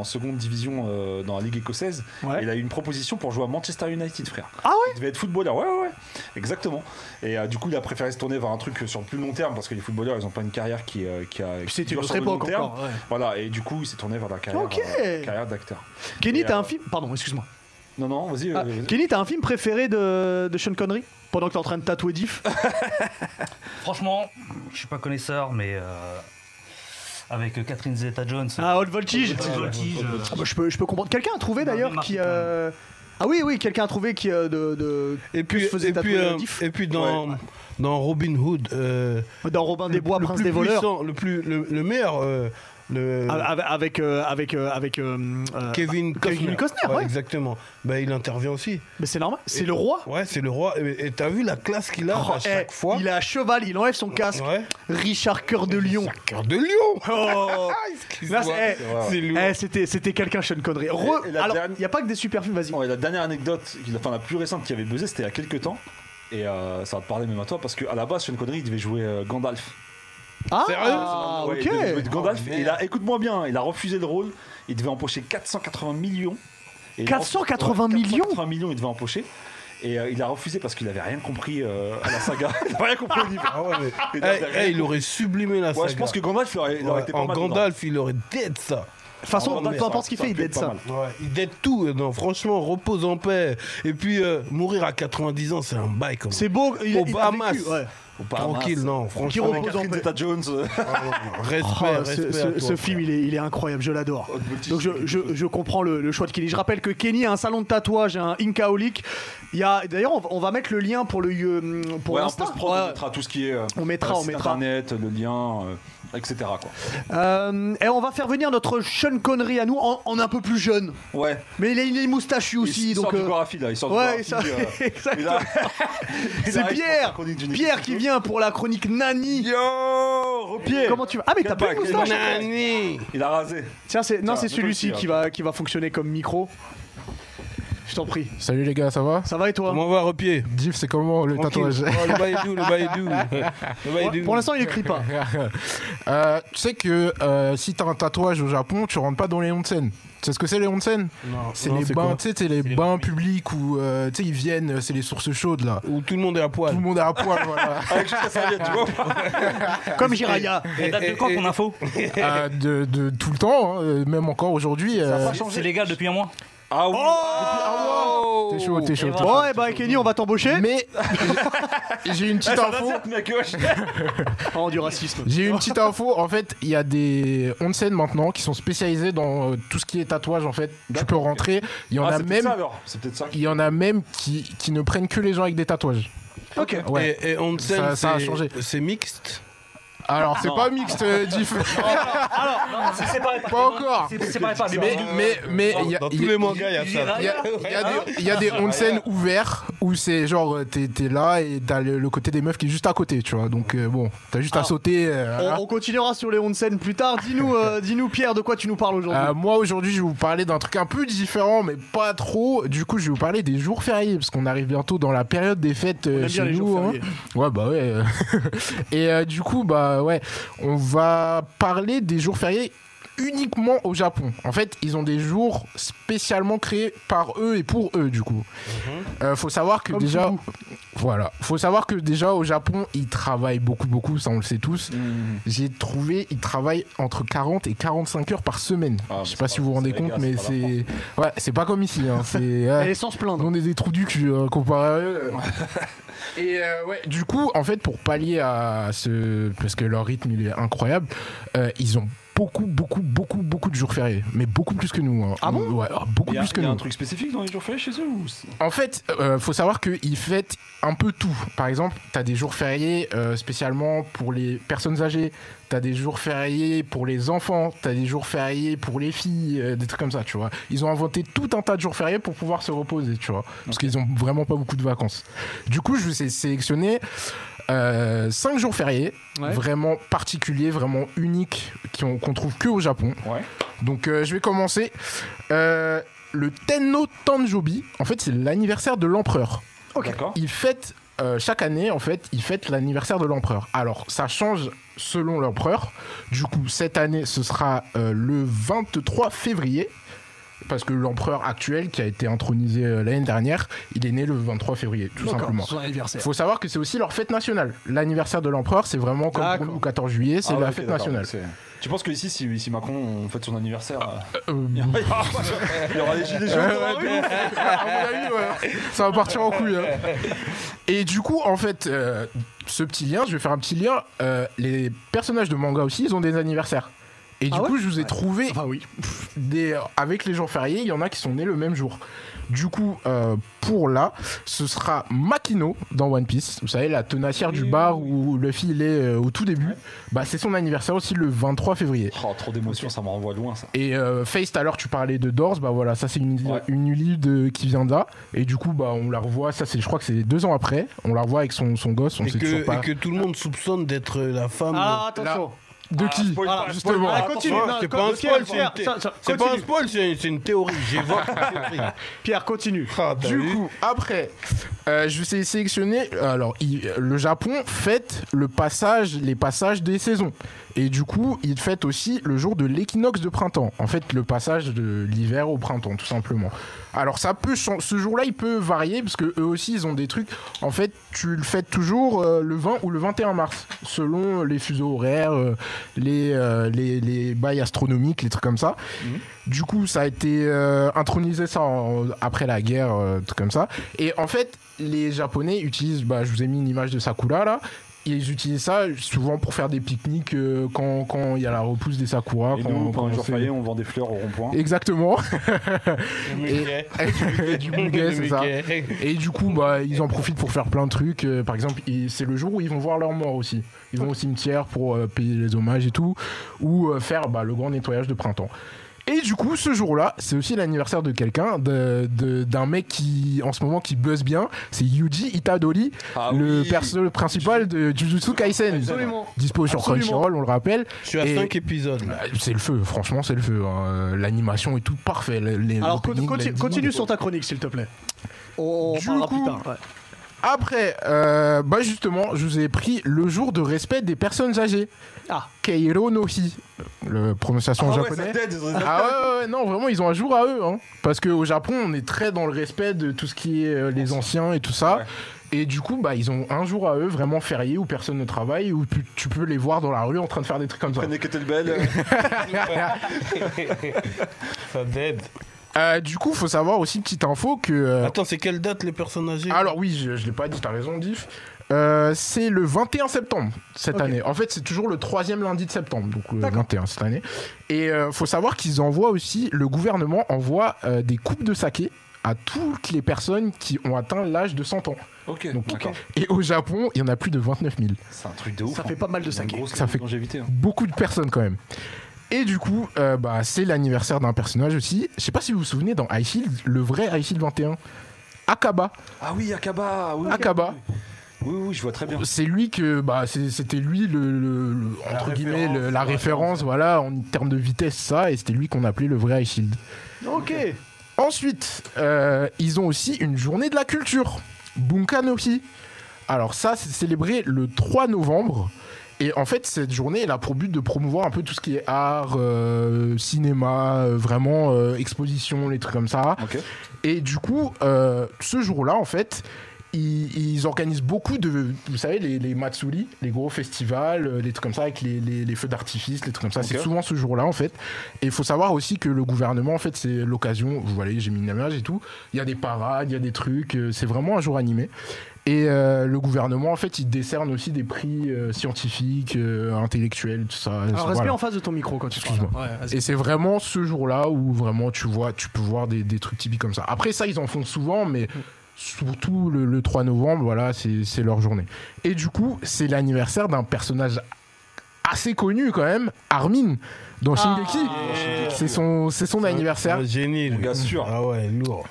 B: en seconde division euh, dans la Ligue écossaise.
A: Ouais.
B: Et il a eu une proposition pour jouer à Manchester United, frère.
A: Ah ouais
B: Il devait être footballeur, ouais, ouais, ouais. Exactement. Et euh, du coup, il a préféré se tourner vers un truc sur le plus long terme, parce que les footballeurs, ils ont pas une carrière qui, euh, qui a. qui
A: c'était
B: dure
A: une
B: sur
A: autre
B: le long
A: époque
B: terme.
A: encore, ouais.
B: Voilà, et du coup, il s'est tourné vers la carrière,
A: Ok.
B: euh, carrière d'acteur.
A: Kenny,
B: Et,
A: t'as
B: euh,
A: un film. Pardon, excuse-moi.
B: Non, non, vas-y. euh,
A: Ah,
B: vas-y.
A: Kenny, t'as un film préféré de, de Sean Connery pendant que t'es en train de tatouer
C: *laughs*
A: Diff
C: Ah,
D: Franchement, je suis pas connaisseur, mais euh, avec euh, Catherine Zeta-Jones.
A: Ah, Old Voltige
D: Petit voltige, euh,
A: Ah bah, je, peux, je peux comprendre. Quelqu'un a trouvé
D: Non,
A: d'ailleurs
D: mais
A: qui.
D: Marc,
A: euh, Ah oui, oui, quelqu'un a trouvé qui. euh, de, de-
C: Et
A: qui
C: puis,
A: se faisait
C: et
A: tatouer
C: puis, euh,
A: le Diff.
C: et puis dans, dans Robin Hood, euh,
A: Dans Robin des Bois,
C: le
A: Prince
C: plus
A: des voleurs.
C: puissant, le, plus, le, le meilleur, euh, le,
A: Ah, Avec. Avec. euh, avec, euh, avec euh, euh,
C: Kevin Costner.
A: Kevin Costner, ouais.
C: Exactement. Ben, il intervient aussi.
A: Mais c'est normal, c'est le roi.
C: Ouais, c'est le roi. Et et t'as vu la classe qu'il a
A: Oh,
C: Ah, à
A: eh,
C: chaque fois
A: Il est à cheval, il enlève son casque.
C: Ouais.
A: Richard Cœur de Lion.
C: Cœur de lion *laughs* Ah,
A: Oh. Là, c'est- eh,
C: C'est lourd.
A: eh, c'était c'était quelqu'un Sean Connery. Re-
B: Et- et la
A: alors, il
B: dernière-
A: n'y a pas que des super films, vas-y.
B: Ouais, la dernière anecdote, qui- enfin la plus récente qui avait buzzé, c'était il y a quelques temps. Et euh, ça va te parler même à toi parce qu'à la base, Sean Connery il devait jouer euh, Gandalf.
A: Ah,
B: Ah,
A: ok.
B: ouais, il devait jouer de Gandalf.
E: Oh,
B: et il a- écoute-moi bien, il a refusé le rôle. Il devait empocher 480 millions. Et il a-
A: 480 millions
B: 480 millions, il devait empocher. Et euh, il a refusé parce qu'il avait rien compris euh, à la saga. *laughs* il avait rien compris au livre.
C: Ah ouais, mais-
B: *laughs* Il
C: Eh,
B: avait rien
C: eh, il aurait sublimé la
B: Ouais,
C: saga.
B: je pense que Gandalf il aurait, il aurait
C: Ouais,
B: été pas
C: en
B: mal dedans.
C: Gandalf, il aurait dead ça.
A: De toute façon,
B: En
A: peu
B: Gandalf, ça
A: importe ce qu'il
B: aurait-
A: fait, il
B: ça aurait
A: dead
B: pu être
A: Ah, ça.
B: pas mal.
C: Ouais, il dead tout. Non, franchement, repose en paix. Et puis, euh, mourir à 90 ans, c'est un bail comme
A: C'est beau, il,
C: Au
A: il a
C: Bahamas.
A: vécu, ouais.
C: Tranquille, non,
A: Qui
C: franchement.
A: repose en
B: Catherine
A: paix.
B: Zeta-Jones. euh,
C: Respect,
F: Ah,
A: Oh,
C: respect
A: ce,
C: à
A: ce-
C: toi,
A: ce
C: frère.
A: film, il est, il est incroyable, je l'adore.
B: Haute voltige,
A: Donc je,
B: quelque
A: je- je comprends le, le choix de Kenny. Je rappelle que Kenny a un salon de tatouage, un Incaolic. Il y a d'ailleurs, on, va- on va mettre le lien pour le euh, pour
B: ouais, en
A: Insta.
B: post-prod, on
A: Ouais.
B: mettra tout ce qui est. euh,
A: On mettra,
B: euh,
A: on
B: site
A: mettra.
B: Internet, le lien, euh, etc. Quoi.
A: Euh, et on va faire venir notre Sean Connery à nous en, en un peu plus jeune,
B: Ouais.
A: mais il a il est moustachu aussi,
B: il
A: donc.
B: sort
A: euh,
B: du Gorafi là, il sort
A: ouais,
B: du
A: ça, *laughs*
B: Gorafi. euh, *laughs* il
A: exactement.
B: a- il
A: C'est
B: arrive pour la
A: Pierre,
B: chronique du Nicolas
A: Pierre qui
B: Hulot.
A: vient pour la chronique Nani.
B: Yo, Repier.
A: Comment tu vas Ah mais t'as
B: Quel
A: pas une
B: bac, quel
A: moustache.
B: bac.
C: Nani
B: Il a rasé.
A: Tiens, c'est non,
B: Tiens,
A: c'est
B: mets-toi
A: celui-ci
B: dessus,
A: qui va qui va fonctionner comme micro. Je t'en prie.
F: Salut les gars, ça va
A: Ça va et toi
C: Comment va, repied
F: Diff, c'est comment le
C: Tranquille.
F: *laughs* tatouage
C: Oh, le bail est doux, le bail
F: *laughs*
C: est doux. Le bail est doux.
A: Pour l'instant, il écrit pas.
F: Euh, Tu sais que euh, si t'as un tatouage au Japon, tu rentres pas dans les onsen. Tu sais ce que c'est les onsen
C: Non.
F: C'est
E: Non,
F: les
E: c'est
F: bains,
E: quoi
F: tu sais, c'est les bains publics où euh, tu sais ils viennent, c'est les sources chaudes là.
C: Où tout le monde est à
F: Tout
C: poil.
F: le monde est à *laughs* poil, voilà.
B: Avec juste la serviette, tu
A: *laughs*
B: vois. *laughs*
A: Comme Jiraya.
B: eh,
D: Elle date de quand ton info
F: Euh, de, de tout le temps, hein, euh, même encore aujourd'hui. euh,
D: C'est légal depuis un mois
B: Ah ouais.
C: Oh
F: T'es chaud, t'es chaud. t'es chaud.
A: Bon, et bah, Kenny, on va t'embaucher.
F: Mais *laughs* j'ai une
B: Eh,
F: petite
B: ça
F: info.
B: date, mec, wesh. Ah,
A: Oh, du racisme.
F: J'ai une petite info. En fait, il y a des onsen maintenant qui sont spécialisés dans euh, tout ce qui est tatouage. En fait, tu peux
B: D'accord, ok.
F: rentrer. Il y en
B: Ah,
F: a
B: c'est peut-être
F: même
B: ça, alors. C'est peut-être ça.
F: Il y en a même qui, qui ne prennent que les gens avec des tatouages.
A: Ok.
F: Ouais.
C: Et, et Onsen,
F: Ça- ça a
C: c'est-
F: changé.
C: C'est mixte.
F: Alors, c'est pas mixte,
C: *laughs*
F: euh, Diff.
D: C'est séparé par.
F: pas encore.
D: C'est séparé par.
F: Mais mais mais il y a-
C: Dans
F: il
C: tous
F: y a-
C: les Ah mangas, il y a ça.
F: il y a- il y a des- il y a des
C: Ah
F: onsen ouverts où c'est genre euh, t'es t'es là et t'as le, le côté des meufs qui est juste à côté, tu vois. Donc euh, bon, t'as juste à
C: Ah.
F: sauter. euh, voilà.
A: On, on continuera sur les onsen plus tard. Dis-nous, euh, dis-nous Pierre, de quoi tu nous parles aujourd'hui
F: Euh, moi aujourd'hui je vais vous parler d'un truc un peu différent mais pas trop. Du coup je vais vous parler des jours fériés parce qu'on arrive bientôt dans la période des fêtes euh,
A: On aime
F: chez
A: bien les
F: nous.
A: jours
F: hein.
A: fériés.
F: Ouais, bah ouais. *laughs* et euh, du coup, bah ouais, on va parler des jours fériés uniquement au Japon. En fait, ils ont des jours spécialement créés par eux et pour eux, du coup.
B: Mm-hmm.
F: Euh, faut savoir que
A: Comme
F: déjà,
A: tout.
F: voilà, faut savoir que déjà au Japon, ils travaillent beaucoup, beaucoup, ça on le sait tous. J'ai trouvé, ils travaillent entre 40 et 45 heures par semaine.
B: Ah,
F: Je sais
B: mais
F: pas
B: c'est
F: si vous vous
B: pas-
F: rendez
B: c'est
F: compte,
B: les gars,
F: mais
B: c'est pas la
F: c'est, ouais, c'est pas comme ici. Hein, c'est,
A: *laughs*
F: ouais.
A: Allez, sans se plaindre.
F: On est des trous du cul euh, comparé à eux. *laughs* Et euh, ouais, du coup, en fait, pour pallier à ce. Parce que leur rythme, il est incroyable, euh, ils ont beaucoup, beaucoup, beaucoup, beaucoup de jours fériés. Mais beaucoup plus que nous. hein.
A: Ah bon
F: Ouais, ah, beaucoup
B: Il y a-
F: plus que
B: il y a
F: nous.
B: un truc spécifique dans les jours fériés chez eux ou c'est-
F: En fait, euh, faut savoir qu'ils fêtent un peu tout. Par exemple, t'as des jours fériés euh, spécialement pour les personnes âgées, t'as des jours fériés pour les enfants, t'as des jours fériés pour les filles, euh, des trucs comme ça, tu vois. Ils ont inventé tout un tas de jours fériés pour pouvoir se reposer, tu vois. Parce qu'ils ont vraiment pas beaucoup de vacances. Du coup, je vous ai sélectionné 5 jours fériés,
A: Ouais.
F: vraiment particuliers, vraiment uniques, qui ont- qu'on trouve que au Japon.
B: Ouais.
F: Donc euh, je vais commencer. Euh, le Tenno Tanjobi, en fait, c'est l'anniversaire de l'empereur.
B: D'accord.
F: Ils fêtent euh, chaque année, en fait, ils fêtent l'anniversaire de l'empereur. Alors, ça change selon l'empereur. Du coup, cette année, ce sera euh, le 23 février. Parce que l'empereur actuel, qui a été intronisé euh, l'année dernière, il est né le 23 février, tout
A: D'accord,
F: simplement.
A: son
F: Il
A: anniversaire.
F: faut savoir que c'est aussi leur fête nationale. L'anniversaire de l'empereur, c'est vraiment comme pour
A: D'accord.
F: nous, 14 juillet, c'est
B: Ah
F: la
B: ouais, ok,
F: fête
B: d'accord,
F: nationale.
B: donc c'est- Tu penses que ici, si, si Macron on fête son anniversaire, euh,
F: Euh,
B: *laughs* il y aura-
A: euh,
B: il y aura des gilets jaunes dans la rue
F: À mon avis, ouais. euh, Ça va partir en couille. hein. Et du coup, en fait, euh, ce petit lien, je vais faire un petit lien. euh, les personnages de manga aussi, ils ont des anniversaires. Et du
A: Ah ouais
F: coup, je vous ai trouvé
A: Enfin oui.
F: des, avec les jours fériés, il y en a qui sont nés le même jour. Du coup, euh, pour là, ce sera Makino dans One Piece. Vous savez, la tenacière du bar où Luffy il est euh, au tout début. Bah, c'est son anniversaire aussi le 23 février.
B: Oh, trop d'émotions, ça me renvoie loin ça.
F: Et euh, Face, tout à l'heure, tu parlais de Doors, bah voilà, ça c'est une,
B: Ouais.
F: une lead euh, qui vient de là. Et du coup, bah on la revoit, ça c'est, je crois que c'est deux ans après, on la revoit avec son, son gosse, on
C: Et
F: sait
C: que,
F: toujours pas.
C: et que tout le monde soupçonne d'être euh, la femme.
A: Alors Ah, attention.
F: De qui
B: spoil
A: Voilà,
B: pas,
F: justement.
B: spoil pas,
A: Ah, continue,
B: attention.
A: non,
C: c'est
A: co-
C: pas un
A: Pierre,
C: spoil, c'est
A: Pierre,
C: une thé-
A: ça- ça-
C: C'est pas un
A: continue.
C: spoil, c'est c'est une théorie.
F: *laughs*
C: J'évoque une théorie.
A: Pierre, continue.
C: Ah, t'as
F: Du
C: vu
F: coup, après, euh, je vais sélectionner. Alors, il- le Japon fête le passage, les passages des saisons. Et du coup, il fête aussi le jour de l'équinoxe de printemps. En fait, le passage de l'hiver au printemps, tout simplement. Alors, ça peut, chan- ce jour-là, il peut varier parce que eux aussi, ils ont des trucs. En fait, tu le fêtes toujours euh, le 20 ou le 21 mars, selon les fuseaux horaires, euh, les, euh, les, les bails astronomiques, les trucs comme ça. Du coup, ça a été euh, intronisé ça en- après la guerre, euh, truc comme ça. Et en fait, les Japonais utilisent, bah, je vous ai mis une image de sakura là. Ils utilisent ça souvent pour faire des pique-niques euh, quand quand il y a la repousse des sakura.
B: Et
F: quand-
B: nous, pendant
F: quand
B: les jours
F: c'est-
B: fériés, on vend des fleurs au rond-point. *laughs*
F: Exactement.
C: Mickey.
F: Et du Mickey, c'est ça.
C: Mickey.
F: Et du coup, bah, ils en profitent pour faire plein de trucs. Euh, par exemple, ils- c'est le jour où ils vont voir leurs morts aussi. Ils vont au cimetière pour euh, payer les hommages et tout, ou euh, faire bah, le grand nettoyage de printemps. Et du coup, ce jour-là, c'est aussi l'anniversaire de quelqu'un, de- de- d'un mec qui, en ce moment, qui buzz bien. C'est Yuji Itadori,
B: Ah
F: le
B: oui.
F: perso principal de Jujutsu Kaisen.
A: Absolument.
F: Dispo sur
A: Absolument.
F: Crunchyroll, on le rappelle.
C: Je suis à
F: Et- bah,
C: 5 épisodes. là.
F: C'est le feu, franchement, c'est le feu. hein. Euh, L'animation est tout parfait. Les- les
A: Alors, co-
F: openings,
A: continue,
F: les
A: continue
F: endings.
A: sur ta chronique, s'il te plaît. On on
F: Du
A: parlera plus
F: coup,
A: tard. ouais.
F: Après, euh, bah justement, je vous ai pris le jour de respect des personnes âgées.
A: Ah.
F: Keiro no hi, le prononciation en
B: Ah ouais,
F: japonais.
B: ça t'aide, ça t'aide.
F: ah ouais, ouais, ouais, non, vraiment, ils ont un jour à eux. Hein. Parce qu'au Japon, on est très dans le respect de tout ce qui est euh, les anciens et tout ça.
B: Ouais.
F: Et du coup, bah, ils ont un jour à eux, vraiment férié, où personne ne travaille, où tu- tu peux les voir dans la rue en train de faire des trucs comme ça.
B: Prenez des kettlebells. euh,
C: Ça dead.
F: Euh, du coup, faut savoir aussi, petite info, que. euh,
C: Attends, c'est quelle date les personnes âgées
F: Ah, Alors oui, je, je l'ai pas dit, t'as raison, Diff. Euh, c'est le 21 septembre cette
A: Ok.
F: année. En fait, c'est toujours le troisième lundi de septembre, donc euh, le 21 cette année. Et euh, faut savoir qu'ils envoient aussi, le gouvernement envoie euh, des coupes de saké à toutes les personnes qui ont atteint l'âge de 100 ans.
B: *laughs* Ok,
F: Donc,
B: d'accord.
F: Et au Japon, il y en a plus de 29 000.
B: C'est un truc de ouf.
A: Ça
B: hein.
A: fait pas mal de
B: Il y a une
A: saké.
B: grosse
F: Ça fait-
B: longévité, hein.
F: Beaucoup de personnes quand même. Et du coup, euh, bah, c'est l'anniversaire d'un personnage aussi. Je sais pas si vous vous souvenez, dans Highfield, le vrai Highfield 21, Akaba.
B: Ah oui, Akaba. Oui, oui.
F: Akaba.
B: Oui, oui, je vois très bien.
F: C'est lui que bah c'est- c'était lui le, le- le- entre guillemets le- la référence voilà en termes de vitesse ça et c'était lui qu'on appelait le vrai iShield.
A: Ok.
F: Ensuite euh, ils ont aussi une journée de la culture Bunka no Hi. Alors ça c'est célébré le 3 novembre et en fait cette journée elle a pour but de promouvoir un peu tout ce qui est art, euh, cinéma, euh, vraiment euh, exposition les trucs comme ça.
B: Ok.
F: Et du coup, euh, ce jour-là, en fait, ils, ils organisent beaucoup de, vous savez, les, les Matsuri, les gros festivals, euh, les trucs comme ça, avec les, les- les feux d'artifice, les trucs comme ça. C'est
B: Ok.
F: souvent ce jour-là, en fait. Et il faut savoir aussi que le gouvernement, en fait, c'est l'occasion, vous voyez, j'ai mis une image et tout, il y a des parades, il y a des trucs, euh, c'est vraiment un jour animé. Et euh, le gouvernement, en fait, il décerne aussi des prix euh, scientifiques, euh, intellectuels, tout ça.
A: Alors, reste
F: Voilà.
A: bien en face de ton micro quand tu parles.
F: Excuse-moi.
A: Ouais, vas-y.
F: Et c'est vraiment ce jour-là où vraiment tu vois, tu peux voir des, des trucs typiques comme ça. Après ça, ils en font souvent, mais surtout le, le 3 novembre, voilà, c'est c'est leur journée. Et du coup, c'est l'anniversaire d'un personnage assez connu quand même, Armin, dans Shingeki. C'est son, c'est son anniversaire.
C: Un Euh, génie. lui.
B: Bien sûr.
C: Ah ouais, lourd.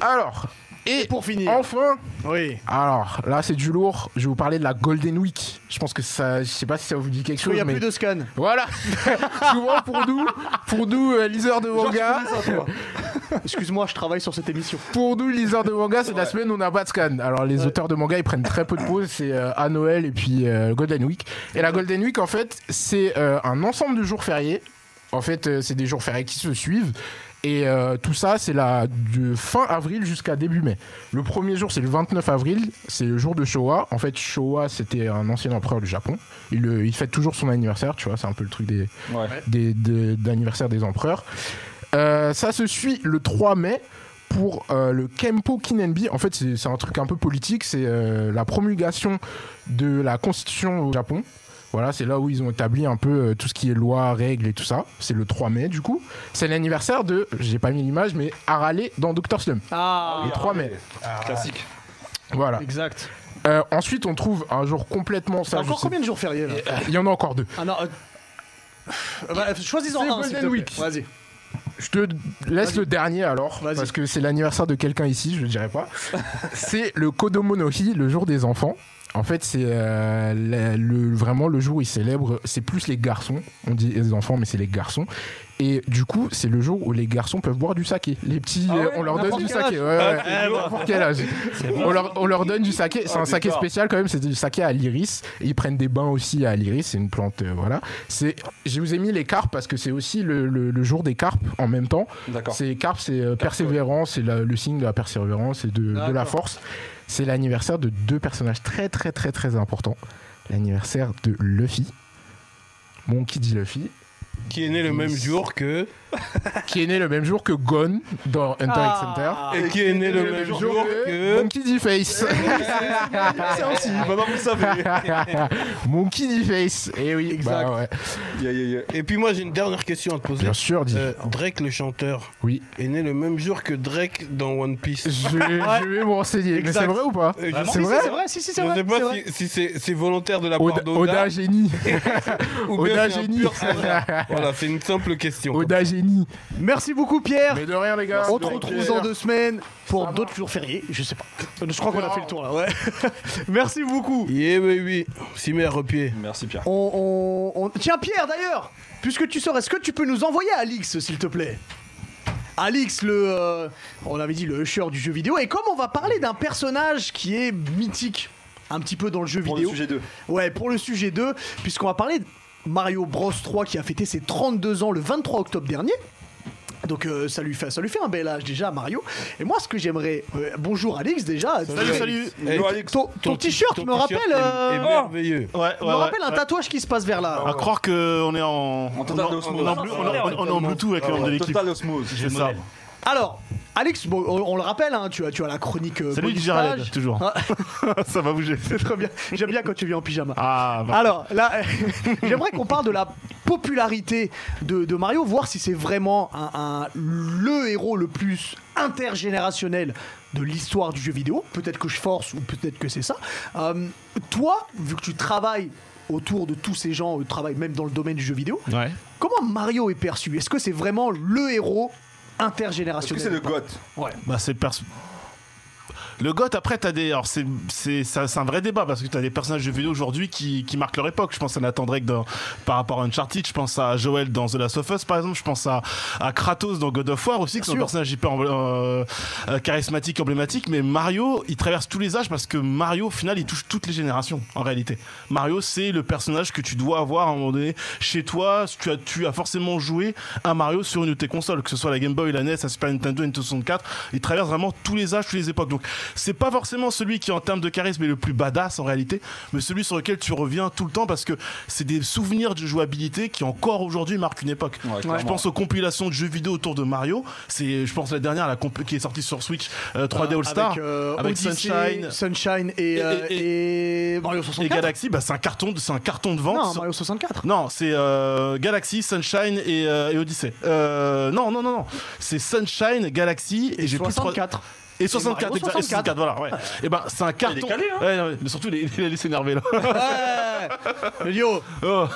F: Alors, et
A: Pour finir.
F: enfin,
A: Oui.
F: alors là c'est du lourd, je vais vous parler de la Golden Week. Je pense que ça, je sais pas si ça vous dit quelque
A: Il
F: chose,
A: n'y a
F: mais
A: plus de scan.
F: voilà. *laughs* Souvent pour nous, pour nous euh, liseurs de manga.
A: *laughs* Excuse-moi, je travaille sur cette émission.
F: Pour nous, liseurs de manga, c'est la semaine où on n'a pas de scan. Alors, les auteurs de manga, ils prennent très peu de pauses. C'est euh, à Noël et puis euh, Golden Week. Et la Golden Week, en fait, c'est euh, un ensemble de jours fériés. En fait, euh, c'est des jours fériés qui se suivent. Et euh, tout ça, c'est la de fin avril jusqu'à début mai. Le premier jour, c'est le 29 avril. C'est le jour de Showa. En fait, Showa, c'était un ancien empereur du Japon. Il, le- il fête toujours son anniversaire, tu vois. C'est un peu le truc des,
B: Ouais.
F: des- de- d'anniversaire des empereurs. Euh, ça se suit le 3 mai pour euh, le Kempo Kinenbi. En fait, c'est c'est un truc un peu politique. C'est euh, la promulgation de la constitution au Japon. Voilà, c'est là où ils ont établi un peu euh, tout ce qui est loi, règles et tout ça. C'est le 3 mai, du coup. C'est l'anniversaire de, j'ai pas mis l'image, mais Harale dans Doctor Slump.
A: Ah.
F: Le 3 mai.
B: Classique.
F: Voilà.
A: Exact.
F: Euh, ensuite, on trouve un jour complètement.
A: T'as
F: Ça, je
A: encore
F: sais-
A: combien de jours fériés là
F: Il y en a encore deux.
A: Ah non. euh, euh, bah, Choisis-en
F: C'est
A: un. s'il te
F: Golden
A: plaît.
F: Week.
A: Vas-y.
F: Je te laisse
A: Vas-y.
F: le dernier alors,
A: Vas-y.
F: parce que c'est l'anniversaire de quelqu'un ici, je ne dirai pas. c'est le Kodomo no Hi, le jour des enfants. En fait, c'est euh, la- le, vraiment le jour où ils célèbrent, c'est plus les garçons, on dit les enfants, mais c'est les garçons. Et du coup, c'est le jour où les garçons peuvent boire du saké. Les petits,
B: Ah ouais,
F: euh, on leur donne
B: n'importe
F: du
A: quel
F: saké.
A: âge.
F: Ouais, ouais.
A: Ah, bah.
F: N'importe quel âge. On leur, on leur donne du saké. C'est
B: Ah,
F: un saké
B: d'accord.
F: spécial quand même, c'est du saké à l'iris. Et Ils prennent des bains aussi à l'iris, c'est une plante, euh, voilà. C'est, je vous ai mis les carpes parce que c'est aussi le, le- le jour des carpes en même temps.
B: D'accord.
F: C'est carpe, c'est euh, persévérance, c'est la- le signe de la persévérance et de, de la
A: D'accord.
F: force. C'est l'anniversaire de deux personnages très très très très importants. L'anniversaire de Luffy. Bon, qui dit Luffy
C: Qui est né le même jour que.
F: Qui est né le même jour que Gon dans Hunter x Hunter.
A: Ah.
C: Et qui est né Ah. le même jour que.
F: Monkey D. Face. *laughs*
B: Ça aussi,
A: Bah,
B: maintenant vous le savez.
F: Monkey D. Face. Eh oui,
C: Exact.
F: bah ouais.
B: Yeah, yeah, yeah.
C: Et puis moi j'ai une dernière question à te poser.
F: Bien sûr, dis.
C: Euh, Drake le chanteur
F: Oui.
C: est né le même jour que Drake dans One Piece.
F: Je, je vais me renseigner. Mais
A: Exact.
F: c'est vrai ou pas
C: Euh,
A: Si,
C: je-
D: Vraiment
F: C'est
A: si,
F: vrai
A: C'est vrai, si, si,
C: Je
A: c'est
C: ne
A: vrai.
C: sais
A: c'est
C: pas
A: vrai.
C: si, si c'est c'est volontaire de la part
F: Oda,
C: d'Oda
F: Oda génie.
C: ou bien
F: Oda
C: c'est un
F: génie.
C: pur hasard.
F: *laughs*
C: Voilà, c'est une simple question.
F: Oda génie.
A: Merci beaucoup, Pierre.
F: Mais de rien, les gars. euh,
A: On te retrouve dans deux semaines pour
F: Ça
A: d'autres jours fériés. Je sais pas. Je crois qu'on a
F: verra.
A: fait le tour là. Ouais. *laughs* Merci beaucoup.
C: Yeah baby, s'y met à repied.
B: Merci Pierre.
A: On, on- on- Tiens, Pierre, d'ailleurs, puisque tu sors, est-ce que tu peux nous envoyer Alix, s'il te plaît Alix, le. euh, on avait dit le usher du jeu vidéo. Et comme on va parler d'un personnage qui est mythique, un petit peu dans le jeu
B: Pour le
A: vidéo.
B: sujet 2.
A: Ouais, pour le sujet 2, puisqu'on va parler de Mario Bros 3 qui a fêté ses 32 ans le 23 octobre dernier. Donc euh, ça, lui fait, ça lui fait un bel âge déjà à Mario. Et moi ce que j'aimerais... euh, bonjour Alix déjà. Euh,
C: Alex. Eh,
B: Yo, Alex.
A: Ton, ton t-shirt me rappelle...
C: est-
A: euh,
C: est merveilleux.
E: Ouais, ouais,
A: me
E: ouais,
A: rappelle un
E: ouais.
A: tatouage qui se passe vers là.
E: À croire qu'on est en. On est
B: total
E: en-
B: osmose.
E: on est en bleu- on est en- on est en Bluetooth avec le membre de l'équipe.
B: Total osmose.
E: C'est ça.
A: Alors, Alix, bon, on, on le rappelle, hein, tu, as, tu as la chronique... euh,
E: C'est lui qui
A: bonus
E: gère la LED,
A: stage.
E: toujours.
A: Ah,
E: *laughs* Ça va bouger.
A: *laughs* C'est très bien. J'aime bien quand tu viens en pyjama.
E: Ah, bah.
A: Alors là, *laughs* j'aimerais qu'on parle de la popularité de, de Mario, voir si c'est vraiment un, un- le héros le plus intergénérationnel de l'histoire du jeu vidéo. Peut-être que je force ou peut-être que c'est ça. Euh, toi, vu que tu travailles autour de tous ces gens, euh, travailles même dans le domaine du jeu vidéo,
E: Ouais.
A: comment Mario est perçu Est-ce que c'est vraiment le héros
B: Est-ce que c'est
A: intergénérationnel
B: le goth
E: Bah, c'est pers- Le goth, après, t'as des. Alors, c'est, c'est, ça- c'est un vrai débat parce que t'as des personnages de vidéo aujourd'hui qui, qui marquent leur époque. Je pense à Nathan Drake dans- par rapport à Uncharted, je pense à Joel dans The Last of Us, par exemple, je pense à, à Kratos dans God of War aussi, qui sont des
A: sûr.
E: personnages hyper euh, euh, charismatiques, emblématiques. Mais Mario, il traverse tous les âges parce que Mario, au final, il touche toutes les générations en réalité. Mario, c'est le personnage que tu dois avoir à un moment donné chez toi. Tu as, tu as forcément joué à Mario sur une de tes consoles, que ce soit la Game Boy, la NES, la Super Nintendo, Nintendo 64. Il traverse vraiment tous les âges, toutes les époques. Donc, c'est pas forcément celui qui, en termes de charisme, est le plus badass en réalité, mais celui sur lequel tu reviens tout le temps parce que c'est des souvenirs de jouabilité qui, encore aujourd'hui, marquent une époque.
B: Ouais,
E: je
B: clairement.
E: pense aux compilations de jeux vidéo autour de Mario. C'est, je pense, la dernière la comp- qui est sortie sur Switch euh, 3D All-Star.
A: Avec, euh,
E: avec
A: Odyssey,
E: Sunshine.
A: Sunshine et,
E: Et-
A: euh, et Mario
E: Et
A: 64.
E: Galaxy, bah, c'est un carton, de- c'est un carton de vente.
A: Non,
E: sur-
A: Mario 64.
E: Non, c'est euh, Galaxy, Sunshine et, euh, et Odyssey. Euh, non, non, non, non. C'est Sunshine, Galaxy et, j'ai plus trois-
A: 64.
E: Et 64,
A: Et Mario
E: exact, et 64, voilà. Ouais. Et ben, c'est un carton.
B: calé, hein
E: Ouais, ouais, mais surtout, il est- il a laissé
B: *laughs*
E: énervé là.
A: Ouais. Yo,
E: Oh.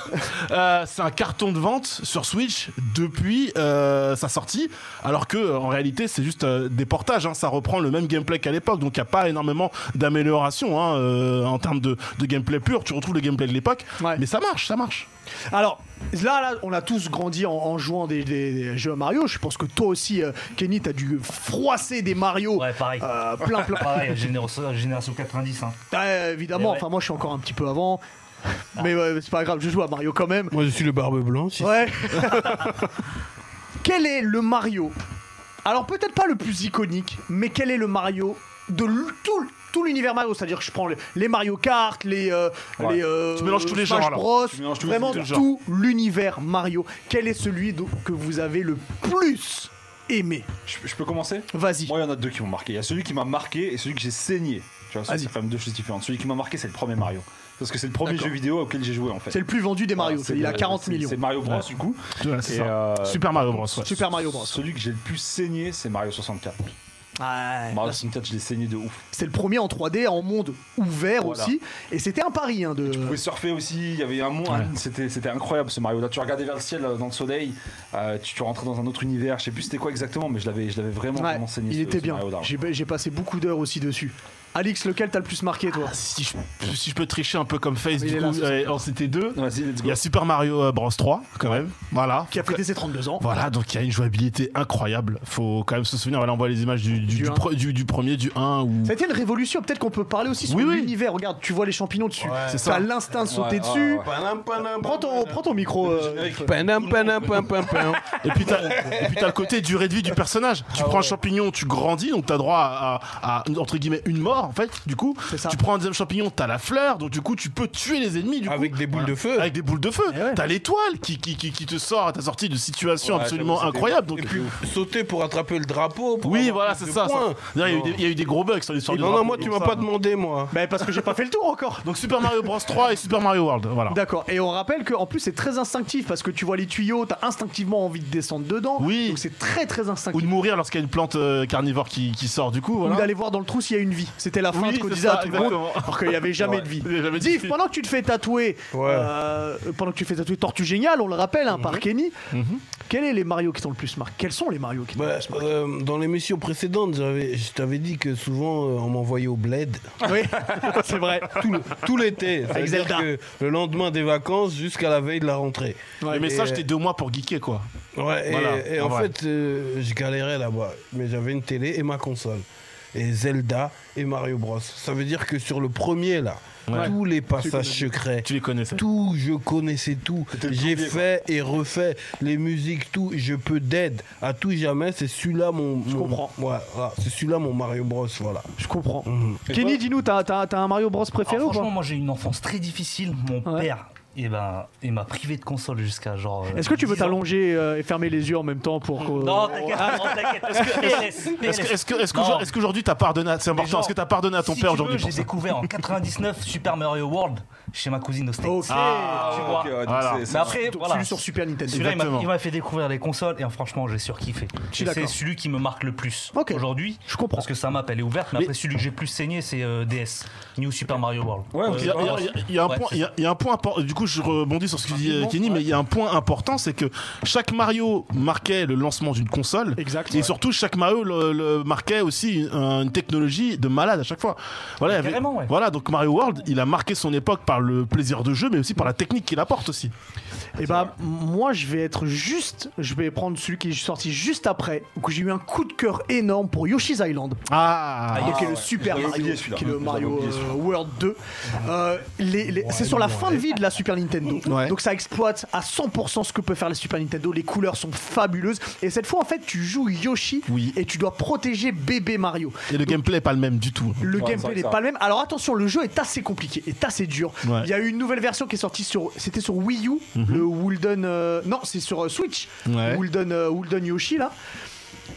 E: Euh, c'est un carton de vente sur Switch depuis euh, sa sortie, alors que euh, en réalité c'est juste euh, des portages. hein. ça reprend le même gameplay qu'à l'époque, donc il n'y a pas énormément d'amélioration hein, euh, en termes de, de gameplay pur. Tu retrouves le gameplay de l'époque,
A: Ouais.
E: mais ça marche, ça marche.
A: Alors, là, là, on a tous grandi en, en jouant des, des- des jeux à Mario. Je pense que toi aussi, euh, Kenny, t'as dû froisser des Mario.
D: Ouais, pareil.
A: euh, plein, plein.
D: *laughs* Pareil, génération, génération 90. Hein.
A: Ouais, évidemment,
D: Mais ouais.
A: enfin, moi, je suis encore un petit peu avant. Mais ouais, c'est pas grave, je joue à Mario quand même.
C: Moi je suis le barbe blanc. si-
A: Ouais. *laughs* quel est le Mario Alors, peut-être pas le plus iconique, mais quel est le Mario de l- tout l- tout l'univers Mario, c'est-à-dire que je prends les- les Mario Kart, les, euh,
B: Ouais.
A: les euh,
E: Tu mélanges tous les
A: Smash
E: genres, alors.
A: Bros,
B: Tu mélanges tous les
A: vraiment
B: genres.
A: tout l'univers Mario. Quel est celui dont- que vous avez le plus aimé
B: Je, je peux commencer
A: Vas-y.
B: Moi, il y en a deux qui m'ont marqué. Il y a celui qui m'a marqué et celui que j'ai saigné. Tu vois, ça,
A: Vas-y.
B: c'est quand même deux choses différentes. Celui qui m'a marqué, c'est le premier Mario. Parce que c'est le premier
A: D'accord.
B: jeu vidéo auquel j'ai joué en fait.
A: C'est le plus vendu des Mario.
B: Voilà, ah, c'est
A: il a
B: le-
A: 40
B: c'est-
A: millions.
B: C'est Mario Bros, du coup.
E: Voilà, c'est
B: Et,
E: ça.
B: euh,
E: Super Mario Bros. ouais.
A: Super Mario Bros.
B: Celui que j'ai le plus saigné, c'est Mario 64.
A: Ouais.
B: Mario 64, je l'ai saigné de ouf.
A: C'est le premier en 3D, en monde ouvert
B: Voilà.
A: aussi. Et c'était un pari hein, de.
B: Tu pouvais surfer aussi, il y avait un monde, c'était c'était incroyable ce Mario. Là, tu regardais vers le ciel, euh, dans le soleil, euh, tu, tu rentrais dans un autre univers, je sais plus c'était quoi exactement, mais je l'avais je l'avais vraiment,
A: Ouais,
B: vraiment saigné.
A: il
B: ce-
A: était
B: ce
A: bien.
B: Mario-là.
A: J'ai j'ai passé beaucoup d'heures aussi dessus. Alix, lequel t'as le plus marqué, toi
E: Si je, si je peux tricher un peu comme
F: Ah,
E: Face,
A: Il
E: du
A: est là,
E: coup,
A: ce soir.
E: euh, on c'était deux.
B: Vas-y, let's
E: Il y
B: go.
E: a Super Mario euh, Bros 3, quand même. Voilà.
A: Qui a fêté ses 32 ans.
E: Voilà, donc il y a une jouabilité incroyable. Faut quand même se souvenir. Voilà, on voit les images du, du,
A: Du
E: du
A: un.
E: pre- du- du premier, du 1 ou.
A: Ça a été une révolution, peut-être qu'on peut parler aussi sur
E: Oui, oui.
A: l'univers. Regarde, tu vois les champignons dessus.
E: c'est
A: T'as
E: ça.
A: l'instinct de sauter
B: Ouais,
A: dessus.
B: ouais, ouais.
A: Prends, ton, prends ton micro. euh,
C: Panam, panam, pam, pam, pam.
E: Et puis t'as et puis t'as le côté durée de vie du personnage.
A: Ah
E: Tu prends un champignon, tu grandis, donc t'as droit à, à- à, entre guillemets une mort en fait. Du coup,
A: C'est ça.
E: tu prends un deuxième champignon, t'as la fleur, donc du coup tu peux tuer les ennemis.
A: Ah
E: Du
C: *laughs* Avec des boules de
E: coup,
C: feu.
E: avec des boules de
A: Eh
E: feu, t'as l'étoile qui, qui, qui, qui te sort à ta sortie de situation
B: Ouais,
E: absolument
B: j'avoue, c'était-
E: incroyable. Donc,
B: Et puis,
C: Sauter pour attraper le drapeau. pour
E: oui,
C: avoir
E: voilà,
C: plus
E: c'est
C: de
E: ça. ça.
C: points.
E: D'ailleurs, Il y, a eu des- il y a eu des gros bugs sur l'histoire du
C: Non, non,
E: drapeau,
C: moi, tu
E: donc
C: m'as
E: ça-
C: pas demandé, moi.
A: bah, parce que j'ai pas fait le tour encore.
E: Donc Super Mario Bros 3 et Super Mario World, voilà.
A: D'accord. Et on rappelle que en plus c'est très instinctif parce que tu vois les tuyaux, t'as instinctivement envie de descendre dedans.
E: Oui.
A: Donc c'est très très
E: Ou
A: instinctif.
E: de mourir lorsqu'il y a une plante euh, carnivore qui, qui sort du coup,
A: Ou
E: voilà. *laughs*
A: d'aller voir dans le trou s'il y a une vie. C'était la fin
E: Oui,
A: de qu'on
E: c'est
A: disait
E: ça,
A: à tout le monde,
E: exactement.
A: alors qu'il n'y avait jamais de vie.
E: Il y a jamais *laughs* de
A: Diff,
E: vie.
A: pendant que tu te fais tatouer,
C: Ouais.
A: euh, pendant que tu te fais tatouer Tortue Géniale, on le rappelle, hein, par Kenny, quels sont les Mario qui t'ont le plus marqué Quels sont les Mario qui t'ont le
C: Bah,
A: plus marqué
C: euh, dans l'émission précédente, j'avais- je t'avais dit que souvent euh, on m'envoyait au bled
A: Oui, *laughs* c'est vrai.
C: tout, le- tout l'été.
A: Avec
C: C'est-à-dire
A: Zelda.
C: que Le lendemain des vacances jusqu'à la veille de la rentrée.
E: Mais mais ça,
C: Et-
E: j'étais deux mois pour geeker quoi.
C: Ouais, et-
E: Voilà,
C: et, en
E: ouais.
C: fait, euh, je galérais là-bas, mais j'avais une télé et ma console. Et Zelda et Mario Bros. Ça veut dire que sur le premier, là,
E: Ouais.
C: tous les passages secrets,
E: Tu les connaissais.
C: tout, je connaissais tout. J'ai fait et refait les musiques, tout. Je peux d'aide à tout jamais. C'est celui-là mon. Je
A: comprends.
C: c'est celui-là mon Mario Bros. Voilà.
A: Je comprends. Kenny, dis-nous, t'as t'as- t'as un Mario Bros préféré
D: Alors,
A: ou pas
D: franchement, moi j'ai eu une enfance très difficile. Mon
A: Ouais.
D: père, eh ben, il m'a privé de console jusqu'à genre. euh,
A: Est-ce que tu veux
D: 10 ans.
A: t'allonger euh, et fermer les yeux en même temps pour que.
D: Non, t'inquiète, non, t'inquiète. Est-ce que- PLS,
E: Est-ce que- est-ce que- est-ce
D: Non.
E: qu'aujourd'hui est t'as pardonné à... C'est important.
D: genre,
E: Est-ce que t'as pardonné à ton
D: Si
E: père
D: tu veux,
E: aujourd'hui pour
D: J'ai
E: ça
D: découvert en 99 Super Mario World chez ma cousine au States.
A: Ok.
E: Ah,
D: tu
B: Ah,
D: vois.
B: ok, ouais, donc
E: Voilà.
B: c'est- c'est-
D: Mais après,
A: Donc,
D: voilà.
A: celui sur Super Nintendo.
D: Celui-là, il m'a-
E: Exactement.
D: il m'a fait découvrir les consoles et hein, franchement, j'ai surkiffé.
A: suis
D: Et C'est
A: d'accord.
D: celui qui me marque le plus
A: Ok.
D: aujourd'hui.
A: Je comprends.
D: Parce que ça map, elle est ouverte, mais, après, celui que j'ai plus saigné, c'est euh, DS. New Super Mario World. Euh,
B: Ouais,
E: Il y a- il y a- il y a un point, il y a- il y a un point important. Du coup, je rebondis sur ce que dit euh, Kenny, mais il y a un point important, c'est que chaque Mario marquait le lancement d'une console.
A: Exact.
E: Et surtout, chaque Mario le, le marquait aussi une, une technologie de malade à chaque fois. Voilà, il y avait-
D: Carrément, ouais.
E: voilà, donc Mario World, il a marqué son époque par le plaisir de jeu, mais aussi par la technique qu'il apporte aussi.
A: Et bah, moi, je vais être juste. Je vais prendre celui qui est sorti juste après. où j'ai eu un coup de cœur énorme pour Yoshi's Island.
E: Ah,
A: qui est le
B: ouais.
A: Super
B: Je l'avais
A: Mario,
B: oublié, celui-là.
A: qui est le
B: Je l'avais
A: Mario
B: oublié,
A: euh,
B: celui-là.
A: World 2. Euh, les- les- c'est sur la fin de vie de la Super Nintendo.
E: Ouais.
A: Donc ça exploite à 100% ce que peut faire la Super Nintendo. Les couleurs sont fabuleuses. Et cette fois, en fait, tu joues Yoshi
E: Oui.
A: et tu dois protéger bébé Mario.
E: Et le gameplay est pas le même du tout.
A: Le
B: Ouais, c'est
A: gameplay
B: vrai
A: n'est
B: que ça.
A: pas le même. Alors attention, le jeu est assez compliqué, est assez dur.
E: Ouais. Mhm.
A: Il y a eu une nouvelle version qui est sortie sur, c'était sur Wii U, le Wooden, euh, non, c'est sur euh, Switch,
E: Ouais.
A: Wooden, euh, Wooden Yoshi là.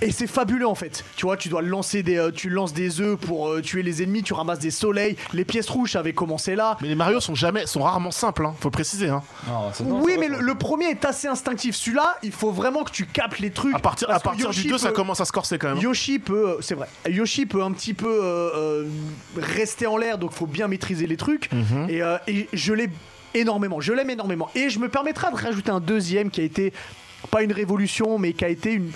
A: Et c'est fabuleux en fait. Tu vois, tu dois lancer des, euh, tu lances des œufs pour euh, tuer les ennemis, tu ramasses des soleils. Les pièces rouges avaient commencé là.
E: Mais les Mario sont jamais, sont rarement simples, hein, faut le préciser. Hein.
B: Non, c'est- non,
A: Oui,
B: c'est
A: mais
B: vrai.
A: le, le premier est assez instinctif. Celui-là, il faut vraiment que tu captes les trucs.
E: À partir, à
A: parce que
E: partir du
A: Yoshi
E: 2, ça
A: peut-
E: commence à se corser quand même.
A: Yoshi peut, euh, c'est vrai, Yoshi peut un petit peu euh, euh, rester en l'air, donc faut bien maîtriser les trucs.
E: Mhm.
A: et, euh, et je l'ai énormément, je l'aime énormément. Et je me permettrai de rajouter un deuxième qui a été, pas une révolution, mais qui a été une,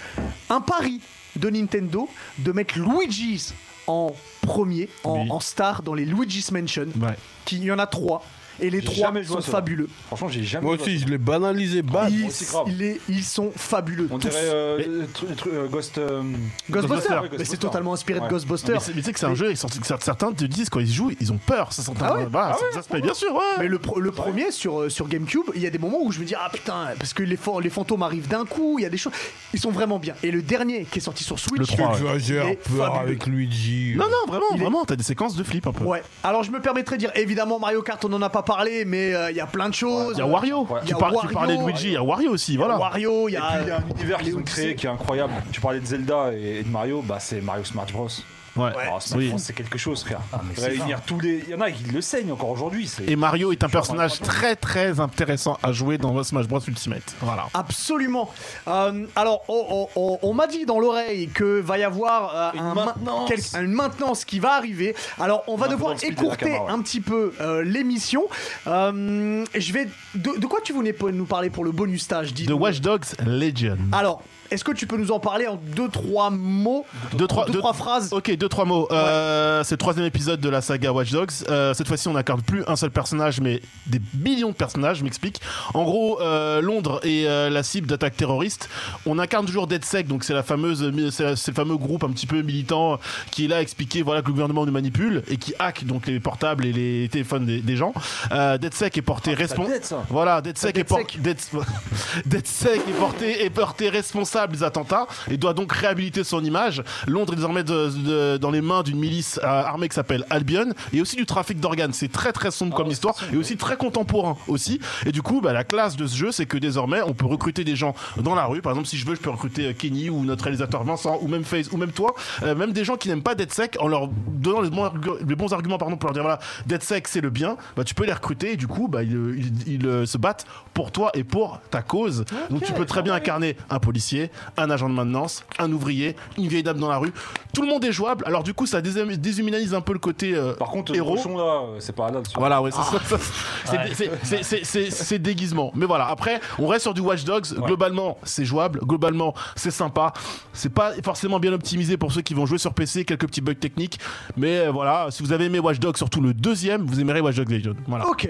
A: un pari de Nintendo de mettre Luigi's en premier, en,
E: Oui.
A: en star dans les Luigi's Mansion.
E: Ouais.
A: Qui, il y en a trois. Et les
B: J'ai
A: trois
B: jamais joué
A: sont
B: à cela.
A: fabuleux.
B: Franchement, j'ai jamais.
C: Moi
B: vu
C: aussi,
B: ça.
C: je l'ai banalisé, bad.
A: Ils,
B: aussi, grave.
A: il est- ils sont fabuleux.
B: On
A: tous.
B: dirait euh, le tru- le tru- euh, Ghost. euh,
A: Ghostbusters,
B: Ouais,
A: mais
B: Ghostbusters.
A: c'est totalement inspiré
B: Ouais.
A: de Ghostbusters.
E: Mais c'est- mais tu sais que c'est un jeu, et sorti- que certains te disent quand ils jouent, ils ont peur. Ça s'entend.
A: Ah ouais
E: Voilà, ça- ça se plaît, bien sûr. ouais.
A: Mais le, pro- le premier sur, euh, sur GameCube, il y a des moments où je me dis ah putain parce que les, fan- les fantômes arrivent d'un coup, il y a des choses, ils sont vraiment bien. Et le dernier qui est sorti sur Switch,
E: Le
C: Tu
E: trois, ouais.
C: exagères,
A: Il est
E: hein,
C: peur
A: fabuleux.
C: avec Luigi.
E: Non, non, vraiment,
A: Il est-
E: vraiment, t'as des séquences de flip un peu.
A: ouais. Alors je me permettrai de dire évidemment Mario Kart on en a pas parlé, mais euh, il y a plein de choses.
E: Il y a Wario.
B: Ouais.
A: Il y
E: Tu,
A: a
E: par- tu
A: Wario.
E: parlais de Luigi, il y a Wario aussi, voilà.
A: Wario, il y
B: Et puis, il y a
A: a.
B: un univers qu'ils ont créé qui est incroyable. Tu parlais de Zelda et et de Mario, bah c'est Mario Smart Bros.
E: Ouais.
B: Alors, Smash
E: Oui.
B: Bros, Ah, c'est quelque chose, frère.
D: mais c'est
B: Réunir tous les. Il y en a qui le saignent encore aujourd'hui. c'est-
E: Et Mario est un personnage très très intéressant à jouer dans Smash Bros Ultimate. Voilà.
A: Absolument. Euh, alors, on, on- on- on m'a dit dans l'oreille que va y avoir euh,
B: Une
A: un
B: maintenance.
A: quel- une maintenance qui va arriver. Alors, on va
B: un peu dans
A: devoir
B: le speed de
A: écourter
B: Nakama, ouais.
A: un petit peu euh, l'émission. Euh, je vais. De, de quoi tu voulais pas nous parler pour le bonus stage dis
E: The Watch Dogs Legion.
A: Alors, est-ce que tu peux nous en parler en deux trois mots,
E: Deux, trois,
A: deux,
E: deux-
A: trois phrases
E: Ok, deux, deux, trois mots. Euh, C'est le troisième épisode de la saga Watch Dogs. Euh, cette fois-ci, on n'incarne plus un seul personnage, mais des millions de personnages, je m'explique. En gros, euh, Londres est euh, la cible d'attaques terroristes. On incarne toujours DedSec, donc c'est la fameuse, c'est la- c'est le fameux groupe un petit peu militant qui est là à expliquer voilà, que le gouvernement nous manipule et qui hack donc les portables et les téléphones des, des gens. Euh, DedSec est porté responsable.
B: Peut-être ça.
E: Voilà, DedSec est,
A: Dead
E: por-
A: Sec.
E: Dead- *laughs* Dead Sec est porté, est porté responsable des attentats et doit donc réhabiliter son image. Londres est désormais de- de- dans les mains d'une milice euh, armée qui s'appelle Albion et aussi du trafic d'organes. C'est très très sombre comme histoire et aussi très contemporain aussi. Et du coup, bah, la classe de ce jeu, c'est que désormais, on peut recruter des gens dans la rue. Par exemple, si je veux, je peux recruter euh, Kenny ou notre réalisateur Vincent ou même Face ou même toi, euh, même des gens qui n'aiment pas DedSec en leur donnant les bons, argu- les bons arguments pardon, pour leur dire voilà, DedSec c'est le bien, bah, tu peux les recruter et du coup bah, ils, ils- ils, euh, se battent pour toi et pour ta cause. Donc tu peux très bien incarner un policier, un agent de maintenance, un ouvrier, une vieille dame dans la rue. Tout le monde est jouable, alors du coup ça désum- déshumanise un peu le côté euh,
B: Par contre, le
E: héros.
B: cochon là, euh, c'est pas halal. celui-là.
E: Ah, Voilà, ouais, c'est ça, ça, c'est- c'est- c'est- c'est- c'est- c'est déguisement. Mais voilà, après, on reste sur du Watch Dogs. Globalement, c'est jouable. Globalement, c'est sympa. C'est pas forcément bien optimisé pour ceux qui vont jouer sur PC, quelques petits bugs techniques. Mais euh, voilà, si vous avez aimé Watch Dogs, surtout le deuxième, vous aimerez Watch Dogs Legion. Voilà.
A: Ok.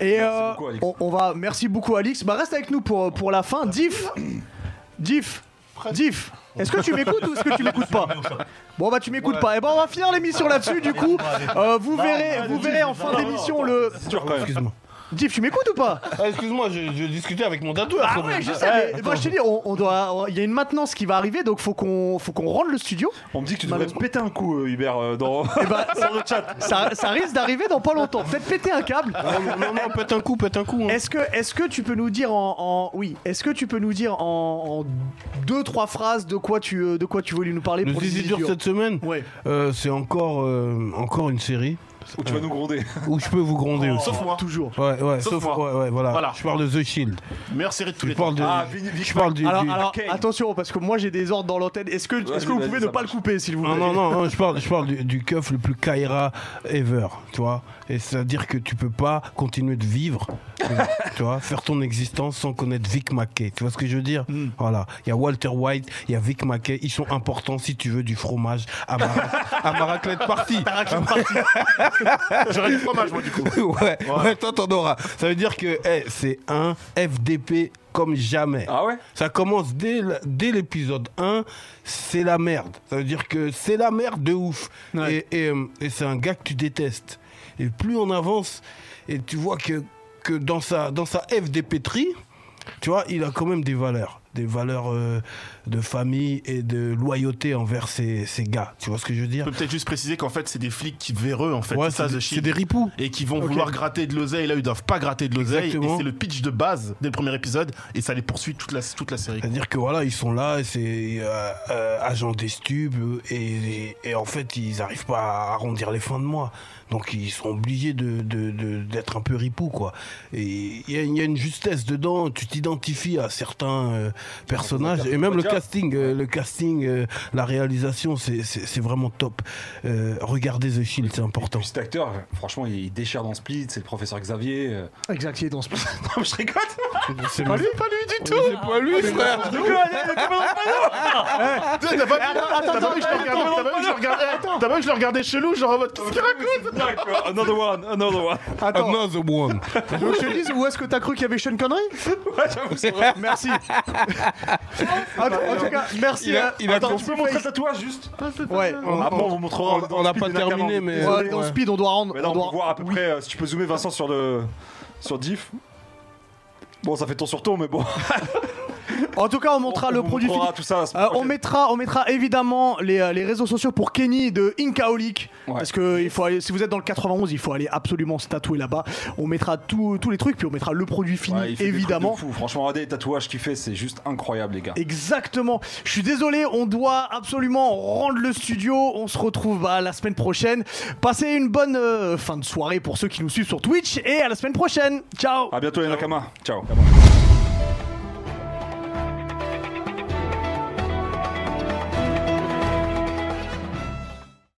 A: Et euh,
B: beaucoup, Alix.
A: on, on va. Merci beaucoup, Alix. Bah, reste avec nous pour, pour la fin. Diff Diff Diff Est-ce que tu m'écoutes ou est-ce que tu m'écoutes pas Bon, bah, tu m'écoutes pas. Et ben, on va finir l'émission là-dessus, du coup. Euh, vous verrez, vous verrez en fin d'émission le.
B: C'est dur quand même.
C: Excuse-moi.
A: Diff, tu m'écoutes ou pas
C: Ah, excuse-moi, je, je discutais avec mon tatoueur.
A: Ah
C: quand même.
A: ouais, je sais, mais moi je te dis, on, on doit, on- il y a une maintenance qui va arriver, donc faut qu'on, faut qu'on rende le studio.
B: On me dit que tu
A: Non,
B: devrais
A: mais-
B: péter un coup, euh, Hubert, euh, dans *laughs* sur le chat.
A: Ça, ça risque d'arriver dans pas longtemps. Faites péter un câble.
C: Non, non, non, non, pète un coup, pète un coup. hein.
A: Est-ce que, est-ce que tu peux nous dire en, en- oui, est-ce que tu peux nous dire en, en deux trois phrases de quoi tu, euh, de quoi tu voulais nous parler
C: Le
A: pour
C: Zizi
A: Zizi
C: dur cette semaine,
A: Ouais.
C: euh, c'est encore, euh, encore une série
B: Ou tu vas nous gronder.
C: où je peux vous gronder aussi.
E: Oh. Sauf moi.
A: Toujours.
C: Ouais, ouais,
E: Sauf
C: sauf,
E: moi.
C: ouais, ouais, voilà.
E: Voilà.
C: Je parle de The Shield.
E: Meilleure série de tous
C: Je
E: les temps.
C: parle de.
B: Ah, Vin- Vin-
C: je parle du.
A: Alors,
C: du-
A: alors
B: Kane.
A: attention parce que moi j'ai des ordres dans l'antenne. Est-ce que,
B: Vas-y,
A: est-ce que vous
B: vas-y,
A: pouvez
B: ça
A: ne pas le
B: marche.
A: couper s'il vous plaît
C: Non, non, non, non, je parle, je parle du, du keuf le plus Kaira ever, tu vois. Et c'est-à-dire que tu peux pas continuer de vivre,
E: *laughs*
C: tu vois, faire ton existence sans connaître Vic Mackey. Tu vois ce que je veux dire
E: Hmm.
C: Voilà. Il y a Walter White, il y a Vic Mackey. Ils sont importants si tu veux du fromage à ma,
E: *laughs*
C: à ma raclette party. *laughs*
E: J'aurais du fromage, moi, du coup.
C: ouais, ouais, toi t'en auras. Ça veut dire que eh, c'est un FDP comme jamais.
B: Ah ouais
C: Ça commence dès l- dès l'épisode 1, c'est la merde. Ça veut dire que c'est la merde de ouf.
A: Ouais.
C: Et, et, euh, et c'est un gars que tu détestes. Et plus on avance, et tu vois que, que dans, sa, dans sa FDP-tri, tu vois, il a quand même des valeurs. Des valeurs euh, de famille et de loyauté envers ses, ses gars. Tu vois ce que je veux dire
E: On peut peut-être juste préciser qu'en fait, c'est des flics qui véreux, en fait.
C: Ouais,
E: c'est ça,
C: c'est
E: The
C: des- c'est
E: Shield.
C: des ripoux.
E: Et qui vont vouloir gratter de l'oseille. Là, ils doivent pas gratter de l'oseille. Et
C: Exactement.
E: c'est le pitch de base dès le premier épisode. Et ça les poursuit toute la, toute la série.
C: C'est-à-dire que voilà, ils sont là, c'est euh, euh, agents des stupes, euh, et, et- et en fait, ils n'arrivent pas à arrondir les fins de mois. Donc, ils sont obligés de, de- de- d'être un peu ripoux, quoi. Et il y, a- il y a une justesse dedans, tu t'identifies à certains euh, personnages, et même le casting, euh, le casting, euh, la réalisation, c'est, c'est- c'est vraiment top. Euh, regardez The Shield, c'est important.
B: Puis cet acteur, euh, franchement, il il déchire dans Split, c'est le professeur Xavier. euh.
A: Exact, il est dans ce. *laughs*
B: Non, je rigole
C: C'est pas lui, pas lui du tout C'est pas
A: Ah,
C: lui, frère
E: Eh, T'as
A: Eh,
E: pas vu- t'as pas vu que je le regardais- t'as pas vu que je le regardais- t'as pas vu que je le regardais chelou, genre en mode qu'est-ce qu'il raconte
B: D'accord, Ah, Another one, another one.
A: Attends,
C: Another one
A: donc je te dis où est-ce que t'as cru qu'il y avait Sean Connery *laughs* Merci. en, tout- en tout cas, merci.
C: Il a-
A: hein.
C: il a
A: Attends,
B: Tu peux montrer le tatouage juste
A: Ouais.
C: On-
B: Après, Ah on vous montrera.
C: on-
B: dans
C: on n'a
B: Speed
C: pas
B: de Nakama.
C: terminé, mais-
A: euh Ouais,
B: Désolé.
A: dans Speed, on doit rendre.
B: Mais là, on
A: doit...
B: peut voir à peu près euh, si tu peux zoomer Vincent sur le sur Diff. Bon, ça fait tour sur tour, mais bon.
A: En tout cas, on montrera
B: *laughs* on
A: le
B: vous
A: produit
B: montrera
A: fini.
B: tout ça. à ce
A: Euh, on,
B: projet.
A: mettra, on mettra évidemment les, euh, les réseaux sociaux pour Kenny de Incaolic.
B: Ouais.
A: Parce que il faut aller, si vous êtes dans le 91, il faut aller absolument se tatouer là-bas. On mettra tout- tous les trucs, puis on mettra le produit fini,
B: Ouais, il fait des trucs de
A: évidemment.
B: fou. Franchement, regardez les tatouages qu'il fait, c'est juste incroyable, les gars.
A: Exactement. Je suis désolé, on doit absolument rendre le studio. On se retrouve bah, la semaine prochaine. Passez une bonne euh, fin de soirée pour ceux qui nous suivent sur Twitch et à la semaine prochaine. Ciao.
B: À bientôt, les Nakama. Ciao.